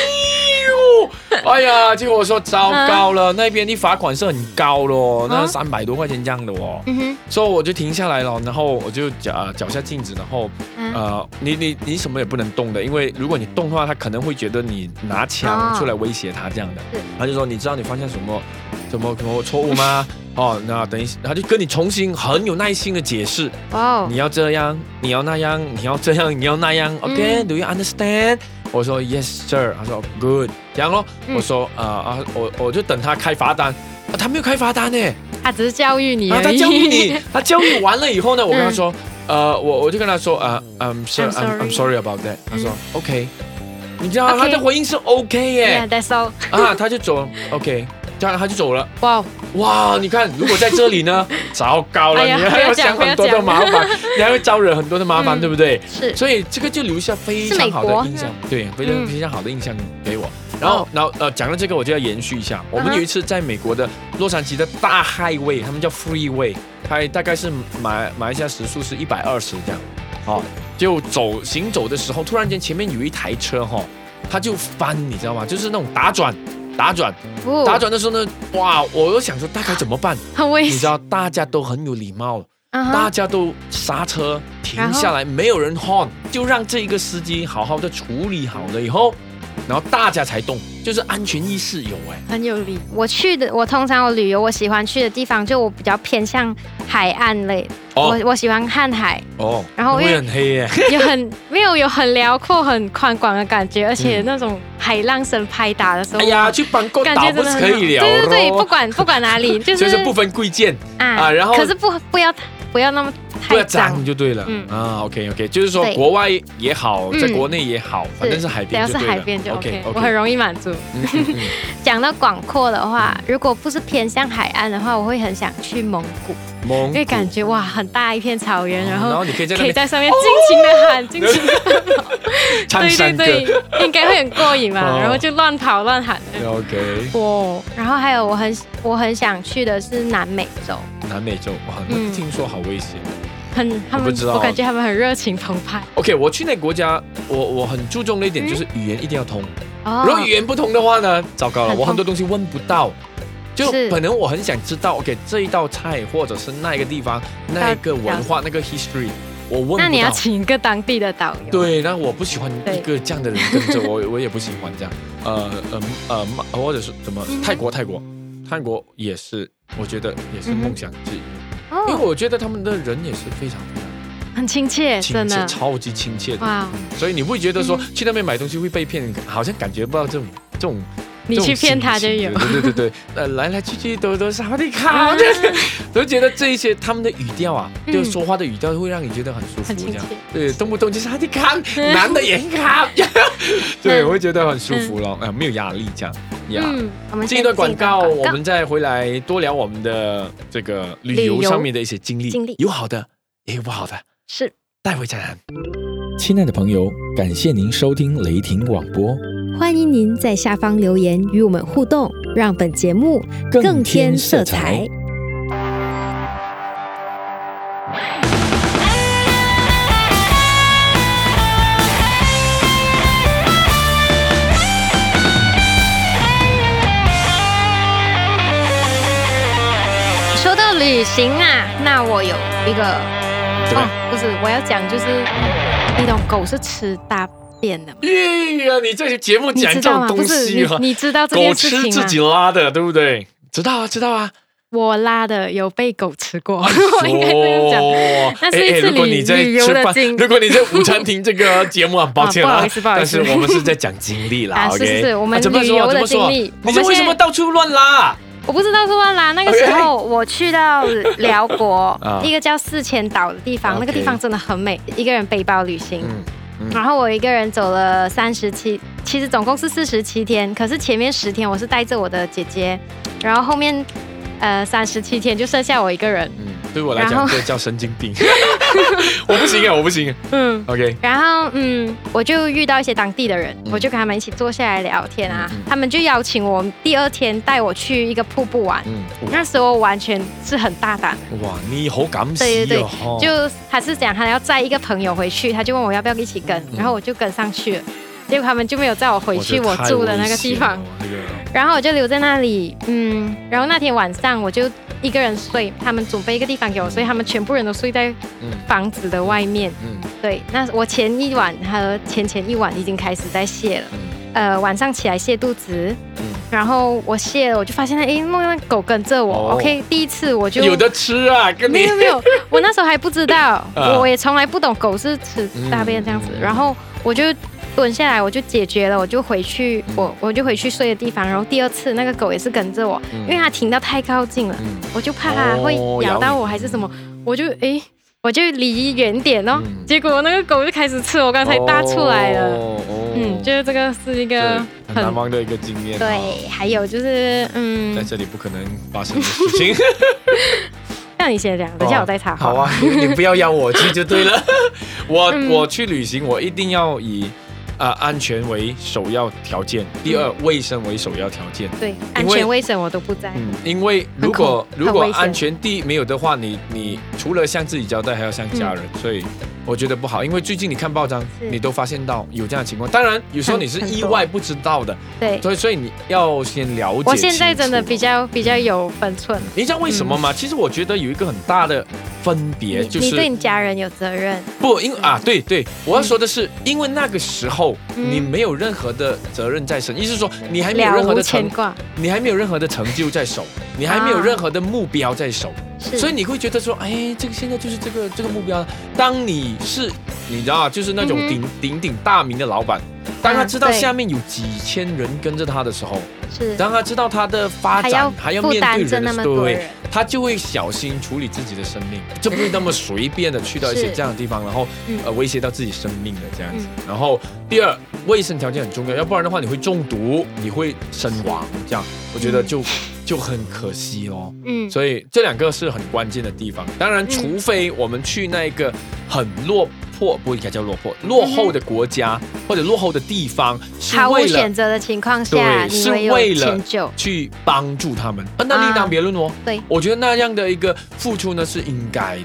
B: 喂呦，哎呀，结果我说糟糕了，那边的罚款是很高咯，那
A: 啊
B: 三百多块钱这样的哦，
A: 嗯
B: 所以我就停下来了，然后我就脚呃脚下镜子，然后
A: 哼，啊
B: 呃，你你你什么也不能动的，因为如果你动的话，他可能会觉得你拿枪
A: 哦
B: 出来威胁他这样的
A: 是，
B: 他就说你知道你发现什么什么什么错误吗？哦， 那等一下，他就跟你重新很有耐心的解释，
A: 哇哦
B: 你，要这样，你要那样，你要这样，你要那样。
A: 嗯
B: OK，Do、you understand？我说 Yes, sir。他说 Good，这样咯。
A: 嗯
B: 我说啊啊，我我就等他开罚单。啊，他没有开罚单呢，
A: 他只是教育你
B: 然
A: 而
B: 后
A: 已，
B: 啊他教育你，他教育完了以后呢，我跟他
A: 嗯
B: 说，呃，我我就跟他说，呃，I'm sir,
A: I'm
B: I'm I'm sorry
A: sorry
B: about that。他
A: 嗯
B: 说 OK，你知道他
A: OK
B: 的回应是 OK
A: ，Yeah, 嗯
B: 耶，
A: that's all，
B: 啊，他就走 OK，这样他就走了。
A: 哇哦，
B: 哇，你看，如果在这里 呢，糟糕了，
A: 哎呀
B: 你还
A: 不
B: 要
A: 要讲
B: 想很多的
A: 不要
B: 麻
A: 讲
B: 烦，你还会招惹很多的麻烦，
A: 嗯
B: 对不对？
C: 是
B: 所以这个就留下非常好的印象，对，非常
A: 嗯
B: 非常好的印象给我。然后，然后呃，讲到这个，我就要延续一下。我
A: 嗯
B: 们
A: 哼
B: 有一次在美国的洛杉矶的大 highway，他们叫 freeway，它大概是马马来西亚时速是一百二十这样，哦，就走行走的时候，突然间前面有一台车哈、哦，它就翻，你知道吗？就是那种打转，打转，
A: 不，
B: 打转的时候呢，哇，我又想说大概怎么办？
A: 很危
B: 你知
A: 险，
B: 道大家都很有礼貌，
A: 啊哈
B: 大家都刹车停下来，没有人 horn，就让这一个司机好好的处理好了以后，然后大家才动，就是安全意识有哎、
A: 很有理，
C: 我去的，我通常我旅游，我喜欢去的地方就我比较偏向海岸类，
B: 哦
C: 我我喜欢看海，
B: 哦，
C: 然后因
B: 会
C: 为
B: 很黑耶、
A: 有很没有有很辽阔、很宽广的感觉，而且那种海浪声拍打的时候，
B: 嗯哎呀，去邦哥
A: 感
B: 岛
A: 觉
B: 不
A: 真的
B: 是
A: 很
B: 可
A: 好。
B: 以聊
A: 对对对，不
B: 咯，
A: 管不管哪 里，就
B: 所
A: 是
B: 以说不分贵贱，
A: 啊
B: 啊然后
A: 可是不不要不要那么
B: 不要
A: 太
B: 脏
A: 脏，
B: 就对了。
A: 嗯
B: 啊，OK OK，就是说
C: 对
B: 国外也好，
A: 嗯
B: 在国内也好，反正是海
A: 只
B: 边
A: 要
B: 就是对了。
A: 海边就 OK，我
B: OK，
A: 很容易满足。
B: 嗯嗯嗯
C: 讲到广阔的话，如果不是偏向海岸的话，我会很想去蒙古，
B: 蒙
A: 因
B: 古哦
A: 为感觉哇，很大一片草原，然
B: 然
A: 后
B: 后你可以在那
A: 可
B: 边
A: 以
B: 哦
A: 在上面尽情的喊，尽情的，
B: 唱
A: 对 对
B: 山歌。
A: 对，应该会很过瘾吧
B: 哦？
A: 然后就乱跑乱喊。
B: OK，
A: 哦，
C: 然后还有我很我很想去的是南美洲，
B: 南美洲哇，那
A: 嗯
B: 听说好危险。
A: 很他
B: 我
A: 们
B: 不知道，啊
A: 我感觉他们很热情澎湃。
B: OK，我去那国家，我我很注重的一点就是语言一定要通。
A: 嗯哦
B: 如果语言不通的话呢，糟糕了，我
A: 很痛
B: 很多东西问不到。就是可能我很想知道，OK，这一道菜或者是那一个地方那一个文化那个 history，我问
A: 那
B: 不
A: 你要
B: 到。
A: 请一个当地的导游。
B: 对，那我不喜欢
A: 对
B: 一个这样的人跟着我，我也不喜欢这样。呃呃呃，马或者是怎
A: 嗯
B: 么泰国泰国泰国也是，我觉得也是
A: 嗯哼
B: 梦想之一，因为
A: 哦，
B: 我觉得他们的人也是非常非常
A: 很亲切，
B: 亲
A: 哎真
B: 切，
A: 的。
B: 超级亲切的。
A: 哇，
D: 嗯
B: 所以你不会觉得说去那边买东西会被骗，好像感觉不到这种这种
D: 你去骗他就有
B: 这种心情对对对对， 呃，来来去去都都是好的卡，就是 都觉得这一些他们的语调啊，
D: 嗯
B: 就是说话的语调会让你觉得很舒服，
D: 很
B: 这
D: 亲
B: 样
D: 切，嗯
B: 对，动不动就是好的卡，男的也很卡， 对，我会觉得很舒服了，啊，没有压力这样呀。
D: 嗯，
A: 我们
B: 啊这
A: 先
B: 一段广告，
A: 进
B: 我们再回来多聊我们的这个旅游
D: 旅游
B: 上面的一些经历，
A: 经历
B: 有好的，也有不好的，
A: 是
B: 带回家谈。亲爱的朋友，感谢您收听雷霆广播，
C: 欢迎您在下方留言与我们互动，让本节目更添色彩。。
A: 说到旅行啊，那我有一个，
B: 怎么样
A: 哦，不是，我要讲就是，嗯
D: 你懂狗是吃大便的吗，
B: 耶呀，你这个节目
D: 你
B: 讲
D: 知
B: 这
D: 道
B: 种
D: 吗？
B: 东
D: 不是
B: 西
D: 你
B: 啊，
D: 你知道这
B: 狗
D: 件事
B: 吃
D: 情
B: 自
D: 吗？
B: 己拉的，对不对？知道啊，知道啊。
D: 我拉的有被狗吃过，
B: 哎
D: 我应该这样讲。
B: 哦
D: 那是一
B: 哎哎
D: 次
B: 如果
D: 旅
B: 你在
D: 旅游
B: 吃
D: 的
B: 饭
D: 经
B: 如果你在午餐厅这 个节目啊，很抱歉
D: 啊不
B: 啊
D: 好意思不好意思
B: 但是我们是在讲经历 啦。
D: 啊
B: OK
D: 是是是我们
B: 啊怎么说
D: 旅游的
B: 怎么说
D: 经历
B: 你
D: 我们
B: 这为什
D: 现
B: 么
D: 在
B: 到处乱拉？
A: 我不知道是万啦，那个时候我去到辽国
B: 啊
A: 一个叫四千岛的地方，那个
B: OK
A: 地方真的很美，一个人背包旅行。
B: 嗯，
A: 然后我一个人走了三十七，其实总共是四十七天，可是前面十天我是带着我的姐姐，然后后面呃三十七天就剩下我一个人，
B: 嗯，对我来
A: 然
B: 讲，
A: 后
B: 这叫神经 病。 我不行啊，我不行啊。
A: 嗯。
B: OK，
A: 然后，嗯，我就遇到一些当地的人，
B: 嗯
A: 我就跟他们一起坐下来聊天啊。
B: 嗯嗯
A: 他们就邀请我第二天带我去一个瀑布玩，
B: 嗯，
A: 那时候完全是很大胆，
B: 哇，你好敢死
A: 对对对
B: 哦，哦
A: 就他是讲他要载一个朋友回去，他就问我要不要一起
B: 嗯
A: 跟，然后我就跟上去了。结果他们就没有载我回去我住的那个地方，，
B: 我觉得太危险了这个
A: 然后我就留在那里，嗯，然后那天晚上我就一个人睡，他们准备一个地方给我睡，他们全部人都睡在
B: 嗯
A: 房子的外面，
B: 嗯
A: 对，那我前一晚和前前一晚已经开始在泻了，呃，晚上起来泻肚子，
B: 嗯
A: 然后我泻了，我就发现哎，诶那那狗跟着我、
B: 哦
A: o k 第一次我就
B: 有的吃啊，跟
A: 没
B: 你
A: 有没有，我那时候还不知道，
B: 啊
A: 我也从来不懂狗是吃大便这样子
B: 嗯嗯，嗯
A: 然后我就蹲下来，我就解决了，我就回去
B: 嗯，
A: 我我就回去睡的地方，然后第二次那个狗也是跟着我，
B: 嗯
A: 因为它停到太靠近了，
B: 嗯
A: 我就怕它
B: 哦
A: 会咬
B: 咬
A: 到
B: 你
A: 我还是什么，我就诶，我就离远点哦
B: 嗯，
D: 结果那个狗就开始吃我刚才大出来了。
B: 哦，哦
D: 嗯，觉得这个是一个
B: 这很难忘的一个经验。
A: 对，，还有就是嗯
B: 在，这里不可能发生的事 情。
A: 那你先讲，等一下我再查。
B: 好，啊，你不要邀我去就对 了。我
A: 嗯
B: 我去旅行，我一定要以。啊、安全为首要条件，第二，
A: 嗯
B: 卫生为首要条件。
A: 对，安全卫生我都不在乎。
B: 嗯，因为如果
A: 哎很恐
B: 如果
A: 很危险
B: 安全第一没有的话，你你除了向自己交代，还要向家人，所以我觉得不好。因为最近你看报章，
A: 嗯是
B: 你都发现到有这样的情况。当然，有时候你是
A: 很很
B: 意
A: 多
B: 外不知道的，
A: 对，
B: 所以所以你要先了解。
A: 我现在真的比，较比较有分寸。
B: 你知道为什么吗？其实我觉得有一个很大的分别，
A: 你
B: 就
A: 你对
B: 是
A: 你家人有责任，
B: 不因为啊，对对，我要说的是，因为那个时候
A: 嗯
B: 你没有任何的责任在身，意思是说你哎还没有
A: 了
B: 任何
A: 无
B: 的
A: 牵
B: 成，
A: 挂，
B: 你还没有任何的成就在手，你还没有
A: 啊
B: 任何的目标在手。
A: 是
B: 所以你会觉得说，哎，这个现在就是这个这个目标了。当你是，你知道啊，就是那种
A: 嗯哼
B: 鼎鼎鼎大名的老板，当他
A: 嗯
B: 知道
A: 对
B: 下面有几千人跟着他的时候，
A: 是
B: 当他知道他的发
A: 嗯还要
B: 展还要
A: 负
B: 面对
A: 担着
B: 人的
A: 那
B: 时
A: 么
B: 候，
A: 多
B: 对
A: 人，，
B: 他就会小心处理自己的生命，就不会那么随便的去到一些
A: 是
B: 这样的地方，然后
A: 嗯
B: 呃威胁到自己生命的这样子。然后第二，卫生条件很重要，要不然的话你会中毒，你会身亡，这样我觉得就就很可惜咯。
A: 嗯，
B: 所以这两个是很关键的地方。当然，除非我们去那个很落魄，不应该叫落魄，落后的国家或者落后的地方，是
A: 毫无
B: 为了
A: 选择的情况下，
B: 对
A: 你
B: 是
A: 唯有
B: 为了
A: 迁就，
B: 去帮助他们。啊，那另当别论哦。
A: 对，
B: 我觉得那样的一个付出呢是应该的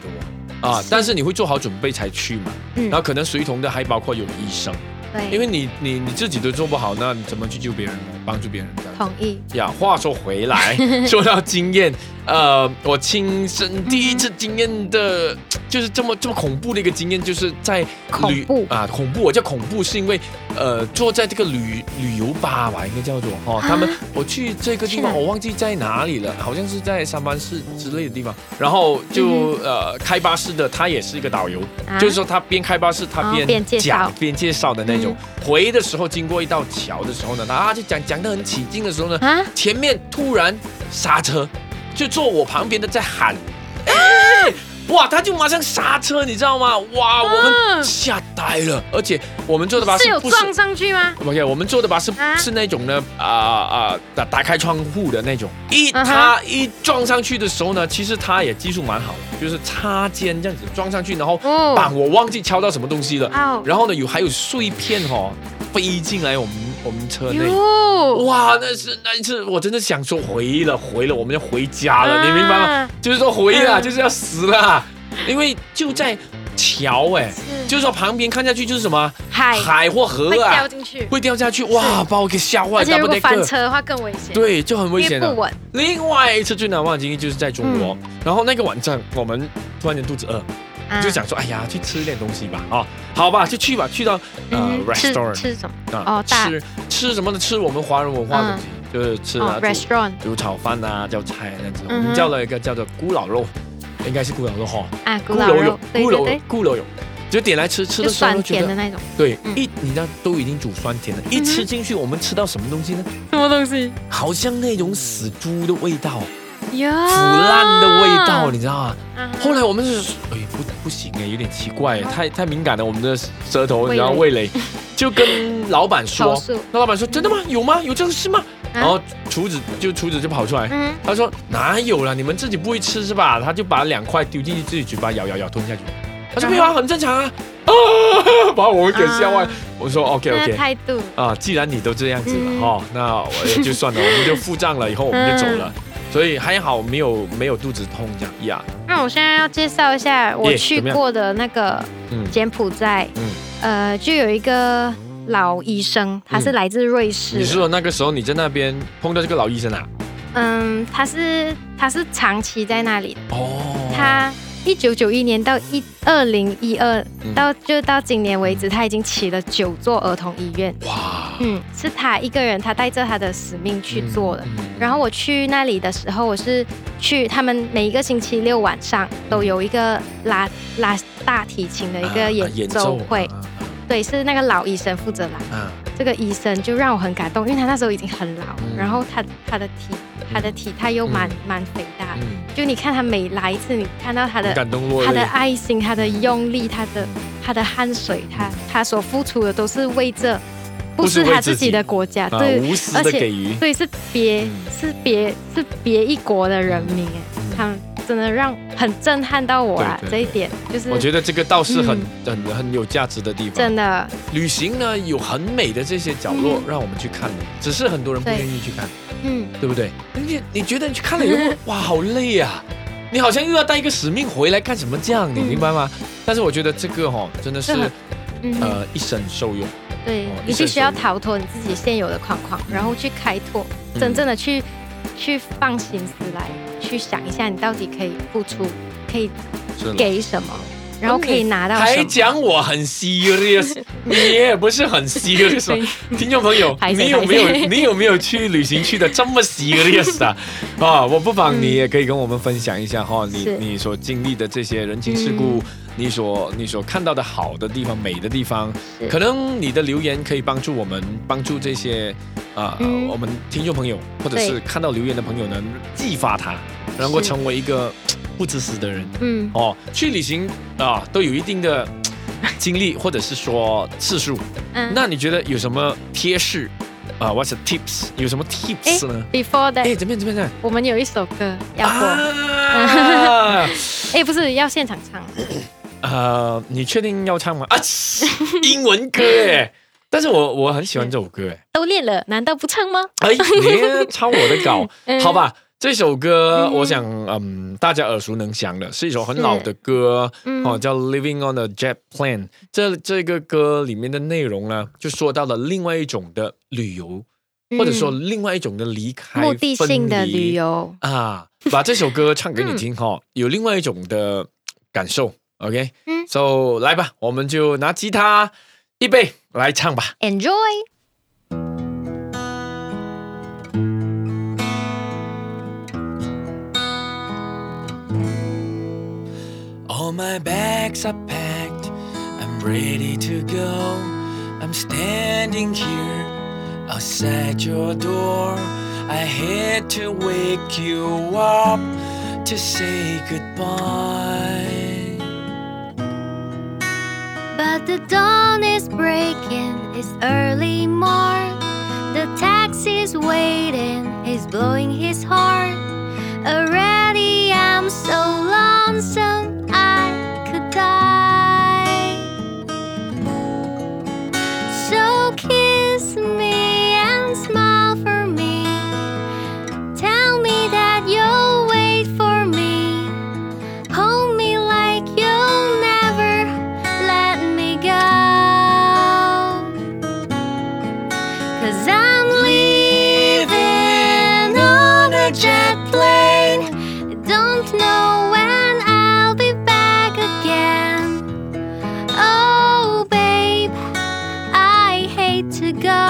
B: 哦。啊，但是你会做好准备才去嘛，
A: 嗯
B: 然后可能随同的还包括有医生，
A: 对，
B: 因为你你你自己都做不好，那你怎么去救别人呢？帮助别人这样子
A: 同意，
B: 呀，话说回 来，说到经验，呃，我亲身第一次经验的，就是这么这么恐怖的一个经验，就是在旅
A: 恐怖
B: 啊，恐怖，我叫恐怖是因为，呃，坐在这个旅旅游吧吧，应该叫做哦，
A: 啊
B: 他们、我去这个地方，
A: 去哪
B: 我忘记在哪里了，好像是在三藩市之类的地方，然后就、呃，开巴士的他也是一个导游，
A: 嗯啊
B: 就是说他边开巴士，他
A: 哦
B: 啊边
A: 边介
B: 讲
A: 绍嗯
B: 边介绍的那种。回的时候经过一道桥的时候呢，他啊就讲讲讲得很起劲的时候呢，
C: 啊，
B: 前面突然刹车，就坐我旁边的在喊，
A: 啊
B: 哎、哇，他就马上刹车，你知道吗？哇，我们吓呆了，而且我们坐的巴
A: 嗯是
B: 士
A: 有
B: 不是。
A: 撞上去吗？
B: OK，我们坐的巴士
A: 啊
B: 是那种呢，啊啊，打打开窗户的那种。一
A: 嗯哼
B: 他一撞上去的时候呢，其实他也技术蛮好的，就是擦肩这样子撞上去，然后
A: 哦
B: 把我忘记敲到什么东西了。
A: 哦，
B: 然后呢，有还有碎片哦飞进来我们我们车内。
A: 哟，
B: 哇，那是那一次，我真的想说回了回了，我们要回家了，你明白吗？
A: 啊？
B: 就是说回了，
A: 嗯
B: 就是要死了，因为就在桥哎、就是说旁边看下去就是什么
A: 海
B: 海或河
A: 会
B: 啊
A: 掉，进去，
B: 会掉下去，哇，把我给吓坏，
A: 而且
B: 大
A: 如
B: 不
A: 果
B: 得
A: 翻
B: 个，
A: 车的话更危险，
B: 对，就很危
A: 因为
B: 险啊
A: 不
B: 了。
A: 稳。嗯
B: 另外一次最难忘的经历就是在中国，然后那个晚上我们突然间肚子饿，
A: 啊
B: 就想说，哎呀，去吃一点东西吧，啊，好吧，就去吧，去到呃
A: 嗯吃
B: restaurant
A: 吃什么？
B: 啊
A: 哦，大
B: 吃吃什么的？吃我们华人文化的
A: 嗯，
B: 就是吃啊
A: 哦，，restaurant
B: 煮煮炒饭啊，叫菜这样子。我
A: 嗯
B: 们
A: 哼
B: 叫了一个叫做咕老肉，应该是咕老肉哈，
A: 啊，古
B: 咕
A: 老肉
B: 肉，，
A: 对
B: 咕
A: 对
B: 老肉
A: 对，，
B: 咕老肉，就点来吃，吃
A: 就
B: 的时候
A: 酸
B: 就觉
A: 甜的
B: 得
A: 那种。
B: 对
A: 嗯
B: 一，你那都已经煮酸甜了，一吃进去，我们吃到什么东西呢？
A: 什么东西？
B: 好像那种死猪的味道，
A: 呀，
B: 腐烂的味道，你知道吗？
A: 啊。
B: 后来我们就是，哎，不不行哎，有点奇怪，太太敏感了，我们的舌头，你知道
A: 味
B: 味蕾，就跟老板
A: 投
B: 说。
A: 诉，
B: 那老板说：“真的吗？
A: 嗯
B: 有吗？有这个事吗？”
A: 啊
B: 然后厨子就厨子就跑出来，
A: 嗯，
B: 他说：“哪有啦？你们自己不会吃是吧？”他就把两块丢进去自己嘴巴咬咬咬吞下去。他说：“没有啊，很正常啊。”啊！把我给吓坏
A: 啊。
B: 我说：“OK
A: 那
B: OK
A: 态度，
B: 啊，既然你都这样子了
A: 嗯
B: 哈、那我也就算了，我们就付账了，以后我们就走了。
A: 嗯
B: 所以还好没有没有肚子痛这样呀。
A: 那我现在要介绍一下我
B: 耶
A: 去
B: 怎么样
A: 过的那个
B: 嗯
A: 柬埔寨，
B: 嗯
A: 呃，就有一个老医生，他是
B: 嗯
A: 来自瑞士
B: 你
A: 的，
B: 是说那个时候你在那边碰到这个老医生啊？
A: 嗯，他是他是长期在那里的，
B: 哦，
A: 他一九九一年到一二零一二
B: 嗯
A: 到就到今年为止，他已经起了九座儿童医院，
B: 哇，
A: 嗯，是他一个人，他带着他的使命去做的。
B: 嗯。嗯
A: 然后我去那里的时候，我是去他们每一个星期六晚上都有一个拉拉大提琴的一
B: 啊
A: 个
B: 啊
A: 演奏会，
B: 啊
A: 对，是那个老医生负责拉。
B: 啊啊
A: 这个医生就让我很感动，因为他那时候已经很老，
B: 嗯
A: 然后他他的体他的体态又蛮、
B: 嗯
A: 蛮肥大的，
B: 嗯，
A: 就你看他每来一次，你看到他的
B: 感动落泪。啊
A: 他的爱心、他的用力、他的他的汗水，他他所付出的都是为这不
B: 不是
A: 是
B: 为
A: 他
B: 自
A: 自己
B: 己
A: 的国家，
B: 啊
A: 对，
B: 无私
A: 而
B: 的
A: 且
B: 给予。
A: 对，是别、
B: 嗯
A: 是别是别一国的人民哎，
B: 嗯
A: 他们真的让很震撼到我啊，
B: 对对
A: 这一
B: 对
A: 点就
B: 我
A: 是
B: 觉得这个倒是很、
A: 嗯
B: 很很有价值的地方。
A: 真嗯的，
B: 旅行呢有很美的这些角落让我们去看的，只是很多人不
A: 对
B: 愿意去看，
A: 嗯，
B: 对不对？你你觉得你去看了以 后，哇，好累啊！你好像又要带一个使命回来干什么这样，你
A: 嗯
B: 明白吗？但是我觉得这个哦，真的是
A: 这很嗯，
B: 呃一生受用。
A: 对
B: 哦
A: 你
B: 一
A: 必
B: 生
A: 须要
B: 所欲
A: 逃脱你自己现有的框框，然后去开拓，
B: 嗯
A: 真正的去去放心思来去想一下，你到底可以付出，可以
B: 是了
A: 给什么，然后可以拿到什
B: 还
A: 么。
B: 讲我很 serious，你也不是很 serious 吧听众朋友
A: 拍，谁
B: 你有没
A: 拍谁
B: 有你有没有去旅行去的这么 serious 啊？啊，我不妨你也可以跟我们分享一下哈，你
A: 是嗯
B: 你所经历的这些人情世故，你所你所看到的好的地方、美的地方，
A: 是
B: 可能你的留言可以帮助我们，帮助这些啊、
A: 嗯
B: 我们听众朋友，或者
A: 对
B: 是看到留言的朋友呢，激发他，能够
A: 是
B: 成为一个不自私的人。
A: 嗯，
B: 哦，去旅行啊、都有一定的经历或者是说次数。
A: 嗯
B: 那你觉得有什么贴士啊、w h a t s the tips？有什么 tips 呢？
A: Before that，、
B: 哎、怎么样怎么样？
A: 我们有一首歌要播，哎、
B: 啊，
A: 不是要现场唱，
B: 呃，你确定要唱吗？啊， 英文歌哎，但是我我很喜欢这首歌哎。
A: 都练了，难道不唱吗？
B: 哎， 你抄我的稿，
A: 嗯
B: 好吧？这首歌，
A: 嗯
B: 我想，嗯，大家耳熟能详的，是一首很老的歌，
A: 嗯
B: 哦，叫《Living on a Jet Plane》。这这个歌里面的内容呢，就说到了另外一种的旅游，或者说
A: 嗯
B: 另外一种的离开，
A: 目的性的旅游，嗯
B: 啊。把这首歌唱给你听哈、哦，有另外一种的感受。OK，
A: 嗯
B: ，So 来吧，我们就拿吉他，预备来唱吧。
C: Enjoy。
E: All my bags are packed, I'm ready to go. I'm standing here outside your door. I had to wake you up to say goodbye.
C: But the dawn is breaking, it's early morn. The taxi's waiting, he's blowing his horn. Already I'm so lonesome, I could die. So kiss me and smile for me. Tell me that you'll wait for me. Hold me like you'll never let me go. Cause I'm leaving on a jet plane. Don't know when I'll be back again. Oh, babe, I hate to go.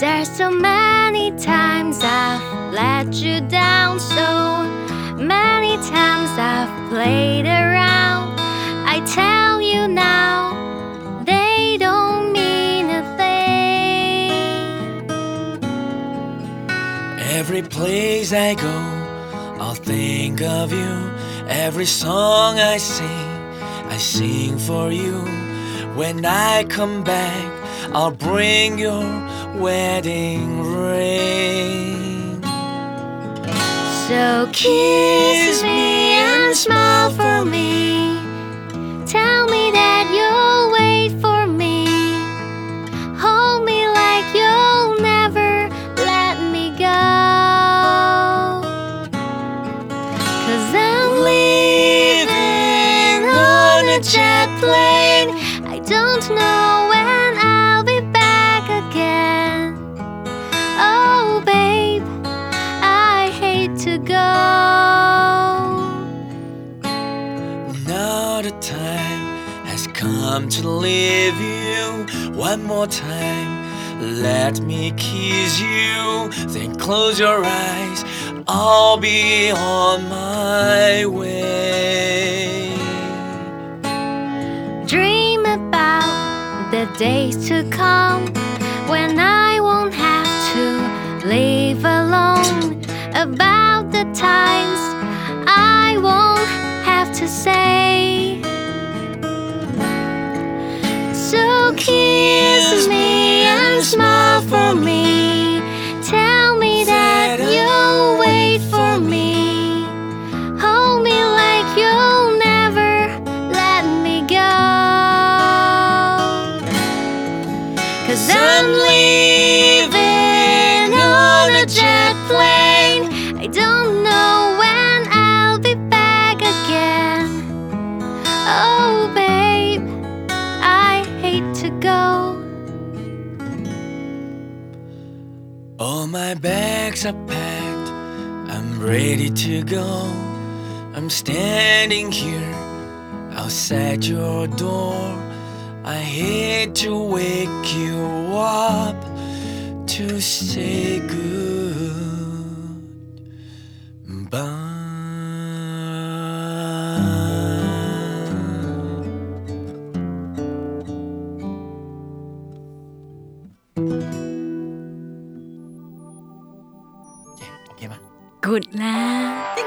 C: There's so many times I've let you down, so many times I've played around. I tell you now, they don't mean a thing.
E: Every place I go, I'll think of you. Every song I sing, I sing for you. When I come back, I'll bring your wedding ring.
C: So kiss me and smile for me. Tell me that you'll wait for me. Hold me like you'll never let me go. Cause I'm leaving on a jet plane. I don't know when I'll be back again. Oh, babe, I hate to go.
E: Now the time has come to leave you one more time. Let me kiss you, then close your eyes. I'll be on my way.
C: Dream about the days to come when I won't have to live alone. About the times I won't have to say. So kiss me and smile for me. Tell me that you'll wait for me. Hold me like you'll never let me go. Cause I'm leaving on a jet plane. I don't know when I'll be back again. Oh, babe, I hate to go.
E: All my bags are packed, I'm ready to go. I'm standing here outside your door. I hate to wake you up to say good bye. OK 吗？
C: Good luck.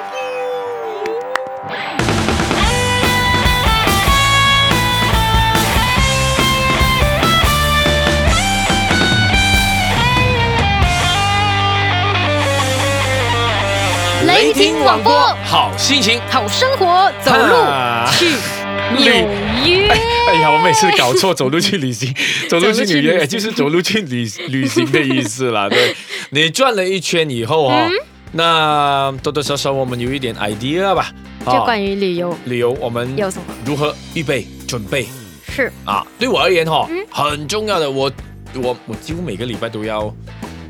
A: 雷霆广播，
B: 好心情。
A: 好生活，走路
B: 啊
A: 去
B: 旅
A: 纽约。
B: 哎呀，我每次搞错，走路去旅 行，走路去纽
A: 走路去旅
B: 约，
A: 行
B: 哎就是走路去旅旅行的意思啦。 对，你转了一圈以后
A: 嗯
B: 哈、哦，那多多少少我们有一点 idea 吧。
A: 就
B: 啊
A: 关于旅游
B: 旅游，我们
A: 有什么
B: 如何预备准备
A: 是嗯
B: 啊？对我而言哈、很重要的，我我我几乎每个礼拜都要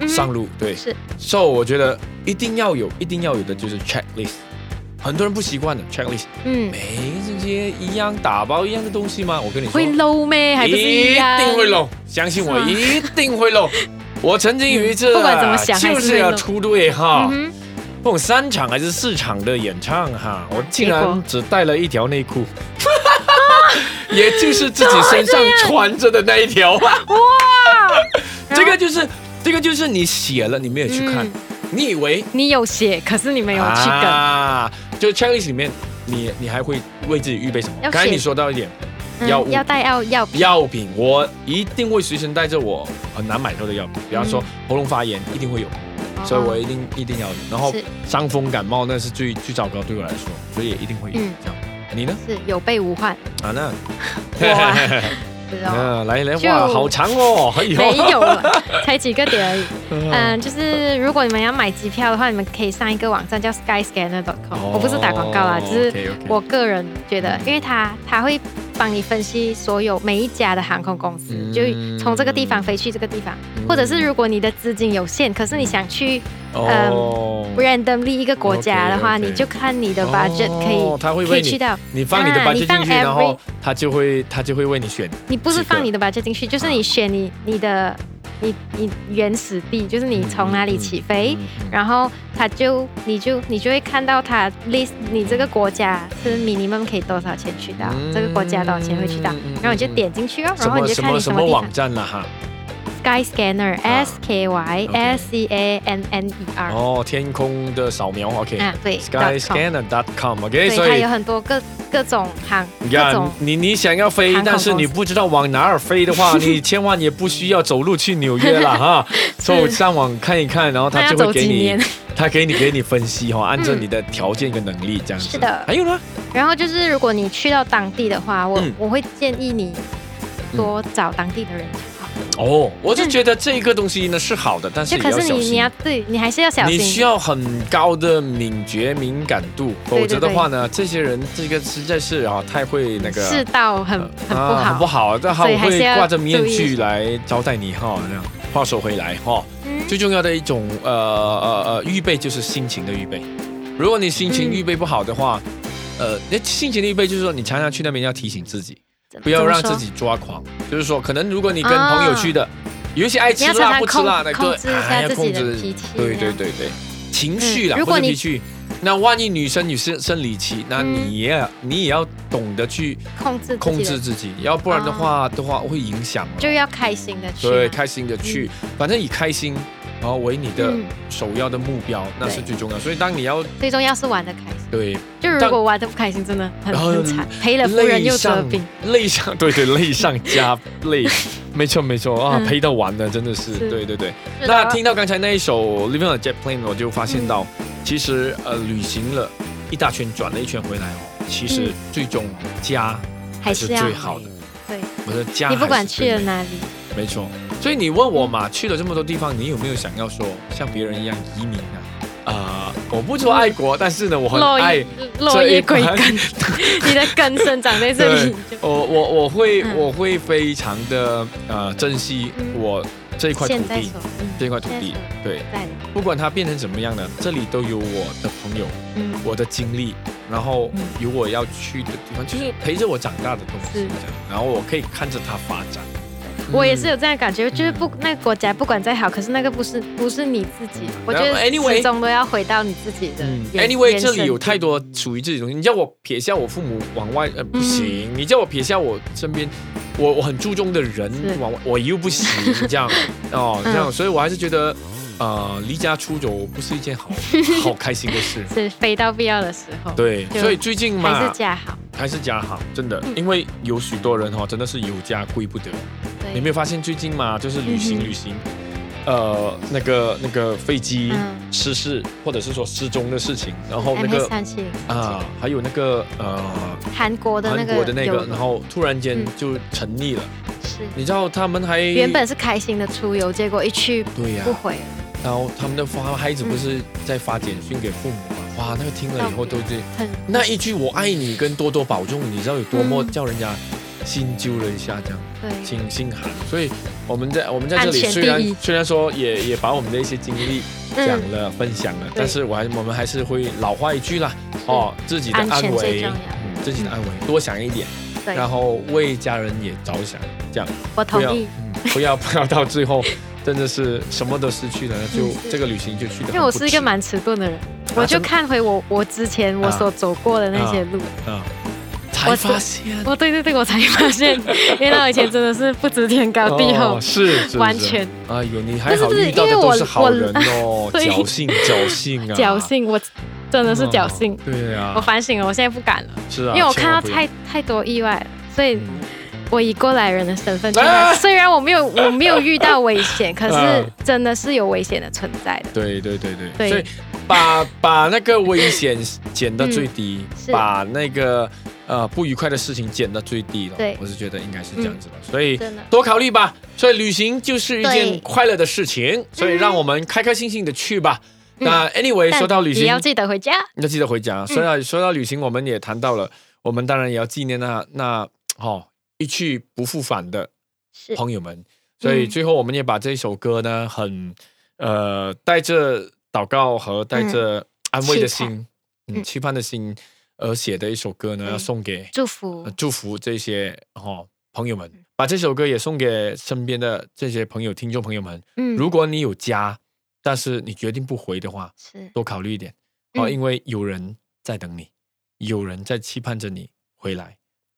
B: 上路，对，
A: 嗯是。
B: so 我觉得一定要有，一定要有的就是 checklist。很多人不习惯的 checklist，
A: 嗯，
B: 每个星期一样打包一样的东西吗？我跟你说，
A: 会漏咩？还不是
B: 一
A: 样
B: 定会。漏，相信我，
A: 是吗
B: 一定会 漏。我曾经有一次啊，
A: 嗯不管怎么想还是会
B: 就
A: 漏
B: 是要出队哈，
A: 嗯哼，
B: 那种三场还是四场的演唱哈，我竟
A: 结果
B: 然只带了一条内裤。也就是自己身
A: 哦
B: 上穿着的那一条。哇， 这个就是这个就是你写了，你没有去看，
A: 嗯
B: 你以为
A: 你有写，可是你没有去跟。
B: 啊，就 checklist 里面，你你还会为自己预备什么？
A: 要
B: 刚才
A: 写
B: 你说到一点，
A: 嗯
B: 药物
A: 要带药药品，
B: 药品，我一定会随身带着我很难买到的药品，比方
A: 嗯
B: 说喉咙发炎一定会有，所以我一定一定要有。然后
A: 哦是
B: 伤风感冒那是最最糟糕对我来说，所以也一定会有。
A: 嗯
B: 这样，你呢？
A: 是有备无患。
B: 啊， 那
A: 我啊， 不知道
B: 啊，来来
A: 就
B: 哇，好长哦，哎呦
A: 没有 了，才几个点而已。嗯，就是如果你们要买机票的话，你们可以上一个网站叫 skyscanner.com，、
B: 哦
A: 我不是打广告啦，只是
B: OK，OK
A: 我个人觉得，因为它它会帮你分析所有每一家的航空公司，
B: 嗯
A: 就从这个地方飞去这个地方，
B: 嗯
A: 或者是如果你的资金有限，可是你想去呃
B: 哦，
A: randomly 一个国家的话
B: OK，OK
A: 你就看你的 budget 可以、
B: 哦他会
A: 可
B: 为
A: 以去
B: 你
A: 到。
B: 你放你的
A: 啊
B: budget
A: 你放
B: 进去，
A: every-
B: 然后他就会他就会为你选
A: 你不是
B: 几个
A: 放你的 budget 进去，就是
B: 啊
A: 你选你你的你你原始地，就是你从哪里起飞，
B: 嗯嗯嗯
A: 然后他就你就你就会看到他 list 你这个国家是 minimum 可以多少钱去到，
B: 嗯
A: 这个国家多少钱会去到
B: 嗯嗯，
A: 然后你就点进去哦，
B: 什
A: 然后
B: 么
A: 你就
B: 什
A: 看
B: 么
A: 你
B: 什
A: 什
B: 么
A: 么地
B: 网
A: 方。
B: 站啊了哈？
A: Sky Scanner S K Y
B: OK
A: S C A N N E R
B: 哦，天空的扫描，OK，
A: 啊，对 .com
B: skyscanner.com，OK，
A: 对，
B: 哦所
A: 它
B: 以嗯
A: 有很多各各种行
B: 你
A: 各
B: 看
A: 种，
B: 你你想要飞
A: 航，空
B: 但是你
A: 公司
B: 不知道往哪儿飞的话，你千万也不需要走路去纽约 了哈，就上网看一看，然后他
A: 那嗯要
B: 就
A: 走
B: 会给
A: 几
B: 你
A: 年？，
B: 他给你给你分析哈，按照你的条件跟能力这样子。
A: 是的
B: 还有呢？
A: 然后就是，如果你去到当地的话，我、
B: 嗯
A: 我会建议你多找当地的人。
B: 哦，我是觉得这个东西呢是好的，但是
A: 就
B: 也要
A: 可
B: 小心。
A: 是你你嗯要对你还是要小
B: 你
A: 心，
B: 需要很高的敏觉敏感度，
A: 对
B: 否则的话呢，这些人这个实在是啊太会那个
A: 世道很、很不好。
B: 啊、很不好，但他
A: 所以还是
B: 会
A: 要
B: 挂着面
A: 注意
B: 具来招待你哈。这样，话说回来哈，
A: 嗯
B: 最重要的一种呃呃呃预备就是心情的预备。如果你心情
A: 嗯
B: 预备不好的话，呃，那心情的预备就是说，你常常去那边要提醒自己，
A: 怎
B: 呃
A: 么
B: 不要让自
A: 怎么说
B: 己抓狂。就是说，可能如果你跟朋友去的，
A: 啊
B: 有一些爱吃
A: 你要常
B: 辣
A: 常
B: 不吃辣的，
A: 控
B: 对，
A: 控制一下
B: 哎要
A: 自己的
B: 控制
A: 脾气
B: 对
A: 这
B: 对
A: 样
B: 对对，情绪啦，
A: 嗯如果
B: 或者
A: 你
B: 脾气。那万一女生有生生理期，那
A: 嗯
B: 你也、你也要懂得去
A: 控制
B: 控
A: 自己
B: 制
A: 的啊
B: 自己，要不然的话、的话会影响哦。
A: 就要开心的去嘛，
B: 对，开心的去，反正以开心然后为你的
A: 嗯
B: 首要的目标，那是最重要。所以当你要
A: 最重要是玩的开心。
B: 对
A: 就如果玩的不开心，真的很
B: 然后
A: 很惨，赔了夫人
B: 累
A: 又折
B: 上
A: 兵。
B: 累上， 对对，累上加 累，没错没错啊，
A: 嗯
B: 陪到完了，真的是，
A: 是
B: 对对对。
A: 是的
B: 那听到刚才那一首《Living on a Jet Plane》，我就发现到，
A: 嗯
B: 其实呃，旅行了一大圈，转了一圈回来哦，其实
A: 嗯
B: 最终家
A: 还
B: 是
A: 是要
B: 最好的。
A: 对
B: 我的家
A: 你不管
B: 还是最
A: 去了
B: 美
A: 哪里，
B: 没错，所以你问我嘛，去了这么多地方，你有没有想要说像别人一样移民啊？啊、我不说爱国，但是呢，我很
A: 落
B: 爱
A: 叶落
B: 这一
A: 叶归
B: 款
A: 根， 你的根生长在这里
B: 对。，我我我会、
A: 嗯
B: 我会非常的呃珍惜
A: 嗯
B: 我这一块土
A: 现在
B: 地
A: 所，嗯
B: 这一块土地
A: 现在所，
B: 对，
A: 在的，
B: 不管它变成怎么样呢，这里都有我的朋友，
A: 嗯，
B: 我的经历，然后
A: 嗯
B: 有我要去的地方，就是陪着我长大的东西，这
A: 是
B: 样，然后我可以看着它发展。
A: 我也是有这样的感觉，就是不那个国家不管再好，可是那个不是不是你自己，我觉得
B: 嗯 anyway
A: 始终都要回到你自己的
B: 嗯
A: 原。
B: ，anyway，
A: 原
B: 这里
A: 生
B: 有
A: 地嗯
B: 太多属于自己的东西。你叫我撇下我父母往外，呃，不行；你叫我撇下我身边我我很注重的人
A: 是嗯
B: 往外，我又不行这 样哦，这样，所以我还是觉得，呃，离家出走不是一件 好好开心的事。
A: 是飞到必要的时候，，
B: 对，
A: 就
B: 所以最近
A: 还
B: 嘛
A: 是，家好。
B: 还是家好，真的，
A: 嗯
B: 因为有许多人哈、哦，真的是有家归不得。
A: 对，
B: 你没有发现最近嘛，就是旅行
A: 嗯哼
B: 旅行，呃，那个那个飞机
A: 嗯
B: 失事或者是说失踪的事情，然后那
A: MH
B: 个
A: 三七零
B: 啊，还有那个呃，
A: 韩国的那
B: 韩
A: 个
B: 国的那
A: 游
B: 个，
A: 轮
B: 然后突然间
A: 嗯
B: 就沉溺了。
A: 是
B: 你知道他们还
A: 原本是开心的出游，结果一去
B: 对呀、
A: 不回了，
B: 然后他们的发孩子不是在发简讯给父母嘛？
A: 嗯
B: 哇，那个听了以后都是
A: 很
B: 那一句“我爱你”跟“多多保重”，你知道有多么
A: 嗯
B: 叫人家心揪了一下，这样
A: 对，
B: 心心寒。所以我们在我们在这里
A: 安全
B: 虽然
A: 第一
B: 虽然说也也把我们的一些经历讲了、分享
A: 嗯
B: 了，但是我还我们还是会老话一句啦，哦，自己的
A: 安
B: 安
A: 全最
B: 危，
A: 重要
B: 嗯自己的安危，多想一点。
A: 对，
B: 然后为家人也着想，这样
A: 我
B: 不要
A: 同意。
B: 嗯不要不要到最后真的是什么都失去了，就
A: 嗯 是
B: 这个旅行就去的。
A: 因为我是一个蛮
B: 啊
A: 迟钝的人，我
B: 真的
A: 就看回我我之前我所走过的那些路，
B: 啊，才发现，
A: 哦，对对对，我才 发现，原来我以前真的是不知天高地厚。
B: 哦是是
A: 完
B: 是
A: 全
B: 哎呦，你还
A: 不是
B: 好
A: 不是
B: 遇到的
A: 因为
B: 都
A: 我
B: 是好
A: 我
B: 人哦，
A: 对
B: 侥幸侥幸啊，
A: 侥幸，我真的是侥幸
B: 哦。对呀、
A: 我反省了，我现在不敢了，
B: 是啊，
A: 因为我
B: 千
A: 看
B: 万
A: 到
B: 不要
A: 太太多意外了，所以
B: 嗯
A: 我以过来人的身份去
B: 啊
A: 看。虽然我没有 我没有遇到危险，可
B: 嗯
A: 是真的是有危险的存在的。
B: 对对对对，
A: 对
B: 所以把把那个危险减到最低，
A: 嗯是
B: 把那个呃不愉快的事情减到最低了。
A: 对嗯
B: 我是觉得应该是这样子的，所以
A: 真的
B: 多考虑吧。所以旅行就是一件
A: 对嗯
B: 快乐的事情，所以让我们开开心心的去吧。那 anyway，
A: 但
B: 说到旅行
A: 也，要记得回家。
B: 要记得回
A: 嗯
B: 家。说到、说到旅行，我们也谈到了，我们当然也要纪念那那哦一去不复返的
A: 是嗯
B: 朋友们。所以最后我们也把这首歌呢，很呃带着祷告和带着安慰的心，嗯，
A: 嗯
B: 期盼的心而写的一首歌呢，
A: 对
B: 要送给
A: 祝福
B: 呃，祝福这些哦朋友
A: 嗯
B: 们，把这首歌也送给身边的这些朋友、听众朋友们。
A: 嗯，
B: 如果你有家，但是你决定不回的话，
A: 是
B: 多考虑一点哦，
A: 嗯
B: 因为有人在等你，有人在期盼着你回来，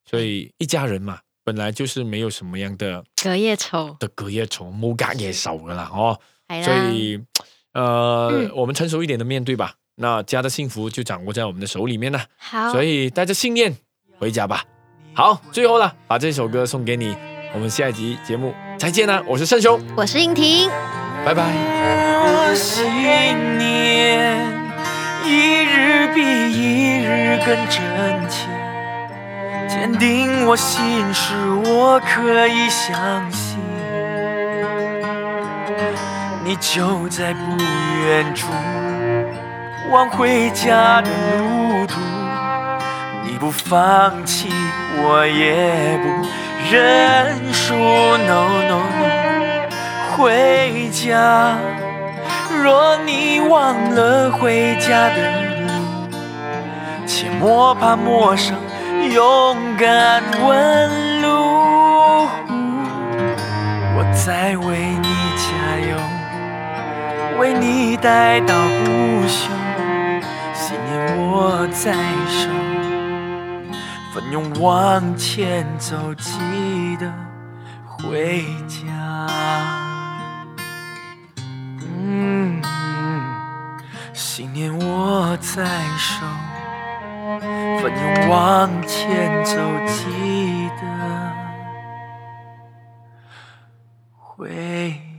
B: 所以一家人嘛，本来就是没有什么样的
A: 隔夜仇，
B: 的隔夜仇，冇隔夜仇噶啦哦，
A: 係啦
B: 所以呃，
A: 哎嗯
B: 我们成熟一点的面对吧，那家的幸福就掌握在我们的手里面了，
A: 好，
B: 所以带着信念回家吧。好，最后了，把这首歌送给你，我们下一集节目再见啦！我是圣雄，
C: 我是英婷。
B: 拜拜。
E: 我信念，一日比一日更真切，坚定我信，使我可以相信，你就在不远处，往回家的路途，你不放弃，我也不认输，no no no，回家。若你忘了回家的路，且莫怕陌生，勇敢问路。我在为你加油，为你带到不休，信念握在手，奋勇往前走，记得回家。嗯，信念握在手，奋勇往前走，记得回。